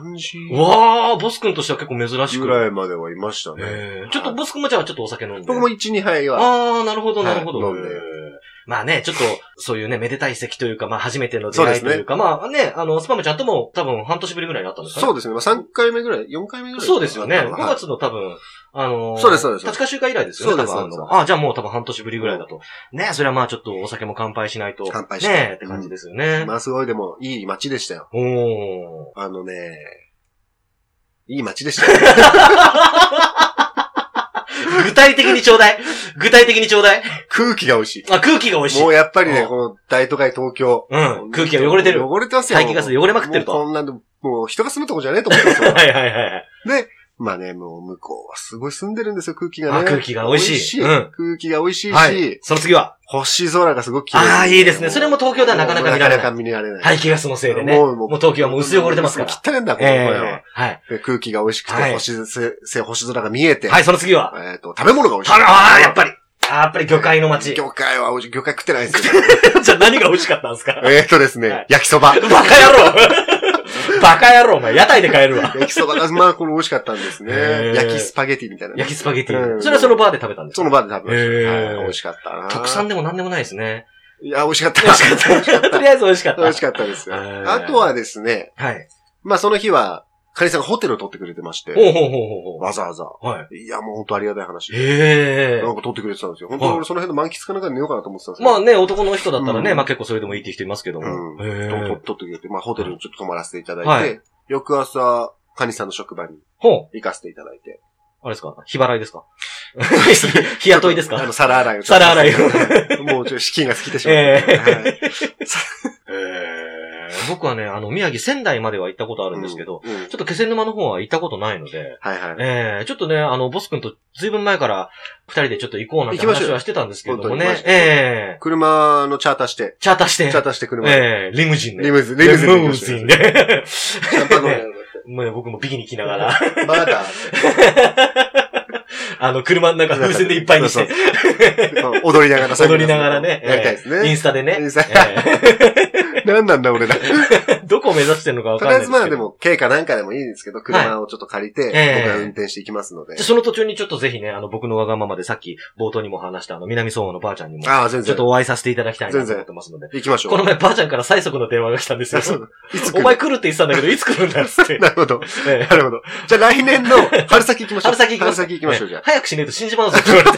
[SPEAKER 2] 3時
[SPEAKER 1] うわー、ボス君としては結構珍し
[SPEAKER 2] ぐ
[SPEAKER 1] く。
[SPEAKER 2] らいまではいましたね。
[SPEAKER 1] ええちょっとボス君もじゃあちょっとお酒飲んで。
[SPEAKER 2] 僕も1、2杯は、
[SPEAKER 1] ああ、なるほど、なるほど。
[SPEAKER 2] はい飲んで
[SPEAKER 1] えーまあね、ちょっと、そういうね、めでたい席というか、まあ初めての出会いというか、まあね、あの、スパムちゃんとも多分半年ぶりぐらいになったんですかね。
[SPEAKER 2] そうですね。まあ、3回目ぐらい、4回目ぐらい。
[SPEAKER 1] そうですよね。
[SPEAKER 2] はい
[SPEAKER 1] 5月の多分、あのー
[SPEAKER 2] そうですそうです
[SPEAKER 1] 立川集会以来ですよね。
[SPEAKER 2] そうです
[SPEAKER 1] 多分あの
[SPEAKER 2] そうです
[SPEAKER 1] あ、じゃあもう多分半年ぶりぐらいだと。ねそれはまあちょっとお酒も乾杯しないと。
[SPEAKER 2] 乾杯して
[SPEAKER 1] ねって感じですよね。
[SPEAKER 2] まあ、すごいでも、いい街でしたよ。
[SPEAKER 1] お
[SPEAKER 2] あのね、いい街でしたよ。
[SPEAKER 1] ー。具体的にちょうだい。具体的にちょうだい。
[SPEAKER 2] 空気が美味し
[SPEAKER 1] あ、空気が美味し
[SPEAKER 2] い。
[SPEAKER 1] い。
[SPEAKER 2] もうやっぱり
[SPEAKER 1] う
[SPEAKER 2] ね、
[SPEAKER 1] ん
[SPEAKER 2] この大都会東京。
[SPEAKER 1] うん。空気が汚れてる。は
[SPEAKER 2] 汚れてますよ。
[SPEAKER 1] 排気ガスで汚れまくってると
[SPEAKER 2] もうこんなんで、もう人が住むとこじゃねえと思ってますよ。
[SPEAKER 1] いはいはいはい。
[SPEAKER 2] まあね、もう向こうはすごい住んでるんですよ、空気が
[SPEAKER 1] あ
[SPEAKER 2] ね。
[SPEAKER 1] 空気が美味しいうん
[SPEAKER 2] 空気が美味しい
[SPEAKER 1] はい
[SPEAKER 2] し、。
[SPEAKER 1] その次は。
[SPEAKER 2] 星空がすごく綺麗。
[SPEAKER 1] ああ、いいですね。それも東京ではなかなか見られ
[SPEAKER 2] な
[SPEAKER 1] な
[SPEAKER 2] か
[SPEAKER 1] い。
[SPEAKER 2] 見られない。
[SPEAKER 1] 排気ガスのせいでね。
[SPEAKER 2] もうも
[SPEAKER 1] も
[SPEAKER 2] う
[SPEAKER 1] う東京はもう薄汚れてますから。
[SPEAKER 2] 汚れんだ、この声
[SPEAKER 1] え
[SPEAKER 2] は。
[SPEAKER 1] えはい。
[SPEAKER 2] で空気が美味しく
[SPEAKER 1] は
[SPEAKER 2] て、
[SPEAKER 1] い
[SPEAKER 2] 星せせ星空が見えて、
[SPEAKER 1] はい、その次は。
[SPEAKER 2] えっと、食べ物が美味しい。
[SPEAKER 1] あら、あーやっぱり。あーやっぱり魚介の街。
[SPEAKER 2] 魚介は美味しい。魚介食ってないんですよ。
[SPEAKER 1] じゃあ何が美味しかったんですかバ
[SPEAKER 2] えっとですね、
[SPEAKER 1] はい
[SPEAKER 2] 焼きそば。
[SPEAKER 1] カ野郎 バカ野郎、お前。屋台で買えるわ。
[SPEAKER 2] 焼きそばが、まあ、これ美味しかったんですね。
[SPEAKER 1] へー
[SPEAKER 2] 焼きスパゲティみたいなね。
[SPEAKER 1] 焼きスパゲテ
[SPEAKER 2] う
[SPEAKER 1] ィ。
[SPEAKER 2] ん
[SPEAKER 1] それはそのバーで食べたんです
[SPEAKER 2] そ
[SPEAKER 1] か
[SPEAKER 2] の場で食べまし
[SPEAKER 1] へ
[SPEAKER 2] た。
[SPEAKER 1] ー
[SPEAKER 2] はい美味しかったな。
[SPEAKER 1] 特産でも何でもないですね。
[SPEAKER 2] いや、美味しかった。
[SPEAKER 1] 美味しかった。とりあえず美味しかった。
[SPEAKER 2] 美味しかったですよ。
[SPEAKER 1] へー
[SPEAKER 2] あとはですね、
[SPEAKER 1] はい。
[SPEAKER 2] まあ、その日は、カニさんがホテルを取ってくれてまして、
[SPEAKER 1] ほうほうほうほうほ
[SPEAKER 2] わざわざ。
[SPEAKER 1] う。はい。
[SPEAKER 2] いや、もう本当ありがたい話。
[SPEAKER 1] へえ
[SPEAKER 2] なん。か取ってくれてたんですよ。本当に俺その辺の満喫かなんかで寝ようかなと思ってたんです
[SPEAKER 1] まあね、男の人だったらね、
[SPEAKER 2] うん
[SPEAKER 1] まあ結構それでもいいって人いますけども。
[SPEAKER 2] う
[SPEAKER 1] へえ
[SPEAKER 2] けど、と取ってくれて、まあ、ホテルにちょっと泊まらせていただいて、
[SPEAKER 1] はい
[SPEAKER 2] 翌朝、カニさんの職場に
[SPEAKER 1] ほう。
[SPEAKER 2] 行かせていただいて。
[SPEAKER 1] あれですか日払いですか日雇いです
[SPEAKER 2] あ
[SPEAKER 1] か
[SPEAKER 2] の、皿洗いを。
[SPEAKER 1] 皿洗いを。
[SPEAKER 2] もうちょっと資金が尽きてしまった。
[SPEAKER 1] ええ
[SPEAKER 2] はい
[SPEAKER 1] えー僕はね、あの、宮城、仙台までは行ったことあるんですけど、
[SPEAKER 2] うん。うん
[SPEAKER 1] ちょっと気仙沼の方は行ったことないので、
[SPEAKER 2] はいはい。
[SPEAKER 1] えーちょっとね、あの、ボス君とずいぶん前から二人でちょっと行こうなんて
[SPEAKER 2] 行きましょう
[SPEAKER 1] 話はしてたんですけれども
[SPEAKER 2] 本当に行
[SPEAKER 1] ね
[SPEAKER 2] き、ましょう
[SPEAKER 1] え
[SPEAKER 2] 車のチャーターして
[SPEAKER 1] ー、、チャーターして、
[SPEAKER 2] チャーターして車で。
[SPEAKER 1] えーリムジン
[SPEAKER 2] リ
[SPEAKER 1] ね。
[SPEAKER 2] ムズ、リムズ
[SPEAKER 1] リムジンで。
[SPEAKER 2] シャンパン飲んで
[SPEAKER 1] もうね僕もビキニ着ながら、
[SPEAKER 2] まだ、
[SPEAKER 1] あの、車の中風船でいっぱいにして、
[SPEAKER 2] そうそう 踊りながら最後
[SPEAKER 1] 踊りながらね、
[SPEAKER 2] やりたいです
[SPEAKER 1] えーイン
[SPEAKER 2] ね。
[SPEAKER 1] スタでね
[SPEAKER 2] インスタ、
[SPEAKER 1] え
[SPEAKER 2] 何なんだ俺 ら。とり
[SPEAKER 1] ーどこを目指してるのかわかんな
[SPEAKER 2] あ
[SPEAKER 1] い
[SPEAKER 2] え
[SPEAKER 1] です
[SPEAKER 2] ず
[SPEAKER 1] けど。
[SPEAKER 2] まあでも、軽かなんかでもいいですけど、車をちょっと借りて、
[SPEAKER 1] ええ
[SPEAKER 2] 僕が運転していきますので
[SPEAKER 1] で。その途中にちょっとぜひね、あの、僕のわがままでさっき冒頭にも話したあの、南相馬のばあちゃんにも、
[SPEAKER 2] ああ、全
[SPEAKER 1] ちょ
[SPEAKER 2] 然
[SPEAKER 1] っ。とお会いさせていただきたいなと思ってますので。
[SPEAKER 2] 行きましょう。
[SPEAKER 1] この前ばあちゃんから最速の電話が来たんですよ
[SPEAKER 2] あ。そう いつ来
[SPEAKER 1] お
[SPEAKER 2] る
[SPEAKER 1] 前来るって言ってたんだけど、いつ来るんだっつ って。
[SPEAKER 2] なるほど。
[SPEAKER 1] ええ
[SPEAKER 2] なるほど。じゃあ来年の 春先行きましょう。
[SPEAKER 1] 春先行きましょう。
[SPEAKER 2] 春先行きましょう、じゃ
[SPEAKER 1] え
[SPEAKER 2] あ
[SPEAKER 1] え。早く死ねえと信じまうぞって言わ れて。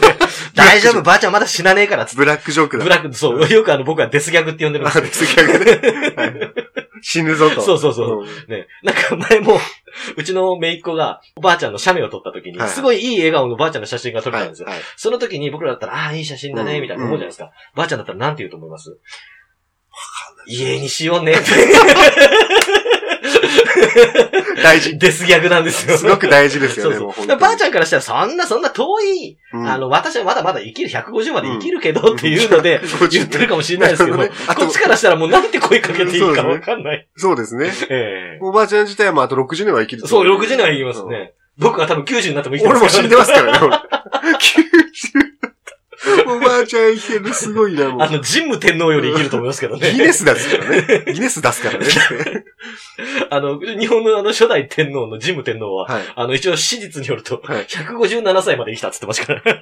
[SPEAKER 1] 大丈夫、ばあちゃんまだ死なねえからっつって。
[SPEAKER 2] ブラックジョークだ。
[SPEAKER 1] ブラック、そう、よくあの、僕はデスギャグって呼んでるんです
[SPEAKER 2] あ
[SPEAKER 1] よ。
[SPEAKER 2] 次はねはい死ぬぞと。
[SPEAKER 1] そうそうそう
[SPEAKER 2] うん。
[SPEAKER 1] ね。なんか前も、うちの姪っ子が、おばあちゃんの写メを撮った時に、
[SPEAKER 2] はい
[SPEAKER 1] すごいいい笑顔のばあちゃんの写真が撮れ
[SPEAKER 2] は
[SPEAKER 1] た
[SPEAKER 2] い。
[SPEAKER 1] んですよ。
[SPEAKER 2] はい
[SPEAKER 1] その時に僕らだったら、ああー、いい写真だ
[SPEAKER 2] う
[SPEAKER 1] ね、
[SPEAKER 2] ん
[SPEAKER 1] みたいな思うじゃないですか。ばあちゃんだったらなんて言うと思います
[SPEAKER 2] ない
[SPEAKER 1] 家にしようね。
[SPEAKER 2] 大事。
[SPEAKER 1] デスギャグなんですよ。
[SPEAKER 2] すごく大事ですよ
[SPEAKER 1] そう
[SPEAKER 2] ね、
[SPEAKER 1] そ
[SPEAKER 2] もう
[SPEAKER 1] う。
[SPEAKER 2] 本
[SPEAKER 1] だから
[SPEAKER 2] 当
[SPEAKER 1] ばあ
[SPEAKER 2] に
[SPEAKER 1] ち。ゃんからしたら、そんな、そんな遠い、
[SPEAKER 2] うん
[SPEAKER 1] あの、私はまだまだ生きる、150まで生きるけどっていうので、
[SPEAKER 2] 50
[SPEAKER 1] 言ってるかもしれないですけど、
[SPEAKER 2] な
[SPEAKER 1] こ
[SPEAKER 2] るほ どねあと
[SPEAKER 1] っちからしたらもうなんて声かけていいかわかんない。
[SPEAKER 2] そうですね。
[SPEAKER 1] ええ
[SPEAKER 2] おばあちゃん自体はもうあと60年は生き る。
[SPEAKER 1] そう、60年は言います。ね。僕は多分90になっても生きてま
[SPEAKER 2] 俺
[SPEAKER 1] すから
[SPEAKER 2] も死んでますからね。俺90。おばあちゃん生きてる、すごいな、も
[SPEAKER 1] あ
[SPEAKER 2] う。
[SPEAKER 1] の、神武天皇より生きると思いますけど
[SPEAKER 2] ギ
[SPEAKER 1] ね。
[SPEAKER 2] ネス出すからね。ギネス出すからね。
[SPEAKER 1] あの、日本のあの初代天皇の神武天皇は、
[SPEAKER 2] はい。
[SPEAKER 1] あの、一応史実によると、
[SPEAKER 2] はい
[SPEAKER 1] 157歳まで生きたって言ってましたから。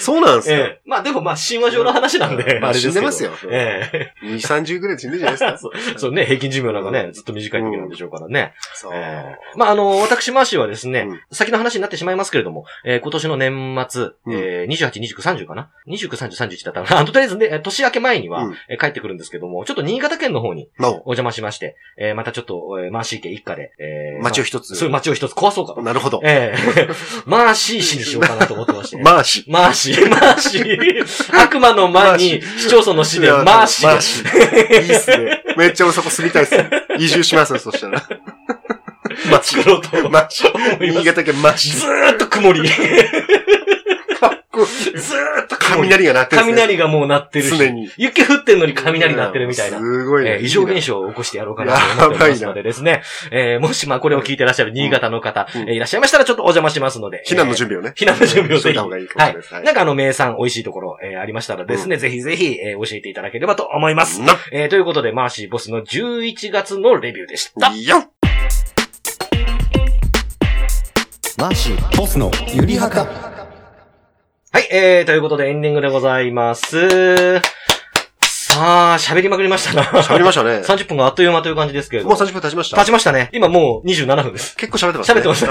[SPEAKER 2] そうなんです
[SPEAKER 1] え
[SPEAKER 2] よ。
[SPEAKER 1] えまあでもまあ神話上の話なんで、
[SPEAKER 2] ま
[SPEAKER 1] あ
[SPEAKER 2] あ
[SPEAKER 1] れですけど。
[SPEAKER 2] 死んでますよ
[SPEAKER 1] ええ
[SPEAKER 2] 2、30ぐらいで死んでるじゃないです か。
[SPEAKER 1] そうそうね、平均寿命なんかね、ずっと短い時なんでしょうからね。
[SPEAKER 2] そう。
[SPEAKER 1] ええまああの、私マーシーはですね、
[SPEAKER 2] うん
[SPEAKER 1] 先の話になってしまいますけれども、えー今年の年末、
[SPEAKER 2] うん
[SPEAKER 1] えー、28、29、30かな ?29、30、31だったかなあのとりあえずね、えー年明け前には、
[SPEAKER 2] うん
[SPEAKER 1] えー帰ってくるんですけども、ちょっと新潟県の方に
[SPEAKER 2] まあ、
[SPEAKER 1] お邪魔しまして、えーまたちょっと、えーマーシー家一家で、えー
[SPEAKER 2] 街を
[SPEAKER 1] ま
[SPEAKER 2] 一
[SPEAKER 1] あそうい
[SPEAKER 2] つ
[SPEAKER 1] う。街を一つ壊そうかと。
[SPEAKER 2] なるほど。
[SPEAKER 1] え えマーシー氏にしようかなと思ってまして。
[SPEAKER 2] まあ、し。
[SPEAKER 1] マーシー、マーシ ー。悪魔の間に、市町村の市で、マーシ
[SPEAKER 2] マ
[SPEAKER 1] ー
[SPEAKER 2] ー。シーいいっすね。めっちゃ俺そこ住みたいっ すね。移住しますよ、そしたら。マーシー
[SPEAKER 1] 作ろうと思い
[SPEAKER 2] マーシー
[SPEAKER 1] ま
[SPEAKER 2] 新
[SPEAKER 1] す。
[SPEAKER 2] 潟県マーシ
[SPEAKER 1] ずーっと曇 り。ず
[SPEAKER 2] ーかっ こいい。
[SPEAKER 1] ーっと曇り。
[SPEAKER 2] 雷が鳴ってるんですね。
[SPEAKER 1] 雷がもう鳴ってる
[SPEAKER 2] 常
[SPEAKER 1] し。
[SPEAKER 2] に。
[SPEAKER 1] 雪降ってんのに雷鳴ってるみたいな。
[SPEAKER 2] すごい
[SPEAKER 1] え
[SPEAKER 2] ね。
[SPEAKER 1] ー異常現
[SPEAKER 2] 象。
[SPEAKER 1] 象を起こしてやろうかなと思っておりますのでですね。えーもしまあこれを聞いてらっしゃる新潟の方、
[SPEAKER 2] うん
[SPEAKER 1] えーいらっしゃいましたらちょっとお邪魔しますので。
[SPEAKER 2] 避難の準備をね。
[SPEAKER 1] えー避難の準備を
[SPEAKER 2] しと
[SPEAKER 1] ぜ
[SPEAKER 2] い
[SPEAKER 1] ひ
[SPEAKER 2] た。方がいいかもしれないです。は
[SPEAKER 1] なんかあの名産美味しいところ、えーありましたらですね、ぜひぜひ、えー教えていただければと思います。
[SPEAKER 2] な
[SPEAKER 1] えーということで、マーシーボスの11月のレビューでした。
[SPEAKER 2] よっ
[SPEAKER 3] マーシーボスのゆりはか
[SPEAKER 1] はい、えー、ということでエンディングでございます。さあ、喋りまくりましたな。
[SPEAKER 2] 喋りましたね。
[SPEAKER 1] 30分があっという間という感じですけれど
[SPEAKER 2] もう
[SPEAKER 1] も。
[SPEAKER 2] 30分経ちました
[SPEAKER 1] 経ちましたね。今もう27分です。
[SPEAKER 2] 結構喋ってます
[SPEAKER 1] 喋
[SPEAKER 2] ね。
[SPEAKER 1] ってます
[SPEAKER 2] ね。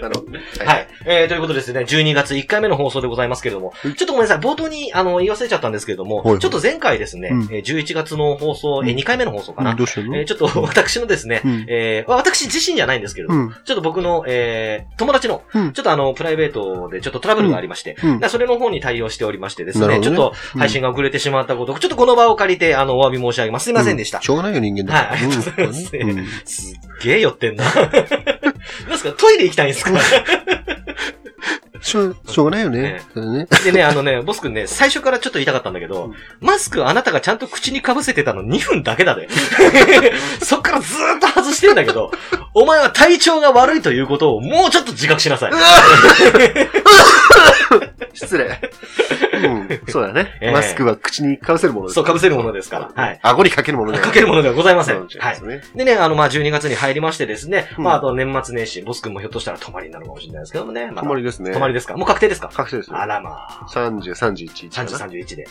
[SPEAKER 2] なるほどね。
[SPEAKER 1] はい。えー、ということでですね、12月1回目の放送でございますけれども、ちょっとごめんなさい、冒頭に、あの、言い忘れちゃったんですけれども、
[SPEAKER 3] はいはい
[SPEAKER 1] ちょっと前回ですね、
[SPEAKER 3] うん
[SPEAKER 1] えー11月の放送、えー
[SPEAKER 3] うん
[SPEAKER 1] 2回目の放送かな、
[SPEAKER 3] どうしたの
[SPEAKER 1] えーちょっと私のですね、
[SPEAKER 3] うん
[SPEAKER 1] えー私自身じゃないんですけれども、
[SPEAKER 3] うん。
[SPEAKER 1] ちょっと僕の、えー、友達の、
[SPEAKER 3] うん
[SPEAKER 1] ちょっとあの、プライベートでちょっとトラブルがありまして、
[SPEAKER 3] うん
[SPEAKER 1] でそれの方に対応しておりましてですね、
[SPEAKER 3] なるほ
[SPEAKER 1] ち
[SPEAKER 3] ど
[SPEAKER 1] ょっ
[SPEAKER 3] ね
[SPEAKER 1] と配信が遅れてしまったこと、ちょっとこの場を借りて、あの、お詫び申し上げます。すいませんでした。
[SPEAKER 3] しょうがないよ、人間だから。
[SPEAKER 1] はいありがとうございます
[SPEAKER 3] うんうん
[SPEAKER 1] すっげえ寄ってんな。 なんですかトイレ行きたいんですか
[SPEAKER 3] しょうしょうがないよね
[SPEAKER 1] え。
[SPEAKER 3] それね
[SPEAKER 1] でね、あのね、ボス君ね、最初からちょっと言いたかったんだけど、
[SPEAKER 2] うん
[SPEAKER 1] マスクあなたがちゃんと口に被せてたの2分だけだで。 そっからずーっと外してんだけど、お前は体調が悪いということをもうちょっと自覚しなさい。
[SPEAKER 2] 失礼。うん。そうだ
[SPEAKER 1] ええ
[SPEAKER 2] ね。マスクは口にかぶせるものです。
[SPEAKER 1] そう、被せるものですから。はい。
[SPEAKER 2] 顎にかけるもので は
[SPEAKER 1] かけるものではございません。
[SPEAKER 2] そうなん
[SPEAKER 1] は
[SPEAKER 2] で
[SPEAKER 1] い
[SPEAKER 2] す。ね。
[SPEAKER 1] でね、あの、まあ、12月に入りましてですね、
[SPEAKER 2] うん
[SPEAKER 1] まあ、あと年末年始、ボス君もひょっとしたら泊まりになるかもしれないですけどもね。まあ、
[SPEAKER 2] 泊まりですね。
[SPEAKER 1] 泊まりですかもう確定ですか
[SPEAKER 2] 確定ですよ
[SPEAKER 1] あ。らまあ、
[SPEAKER 2] 30、31、
[SPEAKER 1] 30、
[SPEAKER 2] 1
[SPEAKER 1] 31で、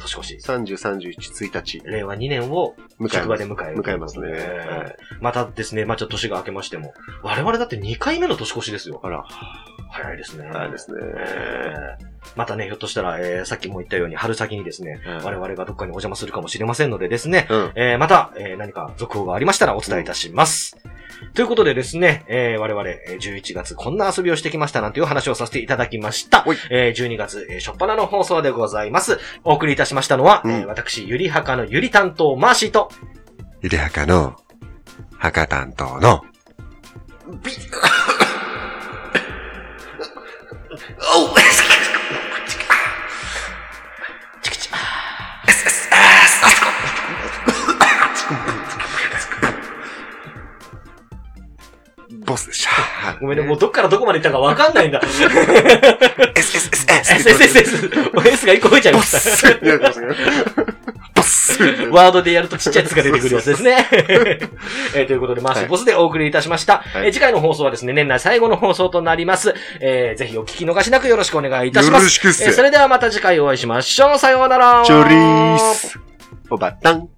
[SPEAKER 1] 年越し。
[SPEAKER 2] 30、31、1日。
[SPEAKER 1] 令和2年を
[SPEAKER 2] 迎え
[SPEAKER 1] 職場
[SPEAKER 2] ます
[SPEAKER 1] で。迎える。
[SPEAKER 2] 迎えますね
[SPEAKER 1] えーまたですね、まあ、ちょっと年が明けましても、我々だって2回目の年越しですよ。
[SPEAKER 2] あら、
[SPEAKER 1] 早いですね。
[SPEAKER 2] はいですね。
[SPEAKER 1] えーまたね、ひょっとしたら、えーさっきも言ったように、春先にですね、
[SPEAKER 2] うん
[SPEAKER 1] 我々がどっかにお邪魔するかもしれませんのでですね、
[SPEAKER 2] うん。
[SPEAKER 1] えーまた、えー何か続報がありましたらお伝えいたします。ということでですね、えー我々、えー11月こんな遊びをしてきましたなんていうお話をさせていただきました
[SPEAKER 2] ほい。
[SPEAKER 1] えー12月、えー、初っ端の放送でございます。お送りいたしましたのは、
[SPEAKER 2] うん
[SPEAKER 1] えー私、ゆりはかのゆり担当、マーシーと、
[SPEAKER 2] ゆりはかの、はか担当の、
[SPEAKER 1] チキチ
[SPEAKER 2] ボスでした。
[SPEAKER 1] ごめんね、もうどっからどこまで行ったかわかんないん だ。
[SPEAKER 2] SSSS!
[SPEAKER 1] SSSS、OS が1個増えちゃい
[SPEAKER 2] ボ
[SPEAKER 1] まし
[SPEAKER 2] ス
[SPEAKER 1] た。
[SPEAKER 2] ボス
[SPEAKER 1] ワードでやるとちっちゃいやつが出てくるやつですね。 えーということで、マーシーボスでお送りいたしました、
[SPEAKER 2] い
[SPEAKER 1] えー次回の放送はですね、年内最後の放送となります。えーぜひお聞き逃しなくよろしくお願いいたします。
[SPEAKER 2] しくっ
[SPEAKER 1] えーそれではまた次回お会いしましょう。さようなら。
[SPEAKER 2] チョリースおばたん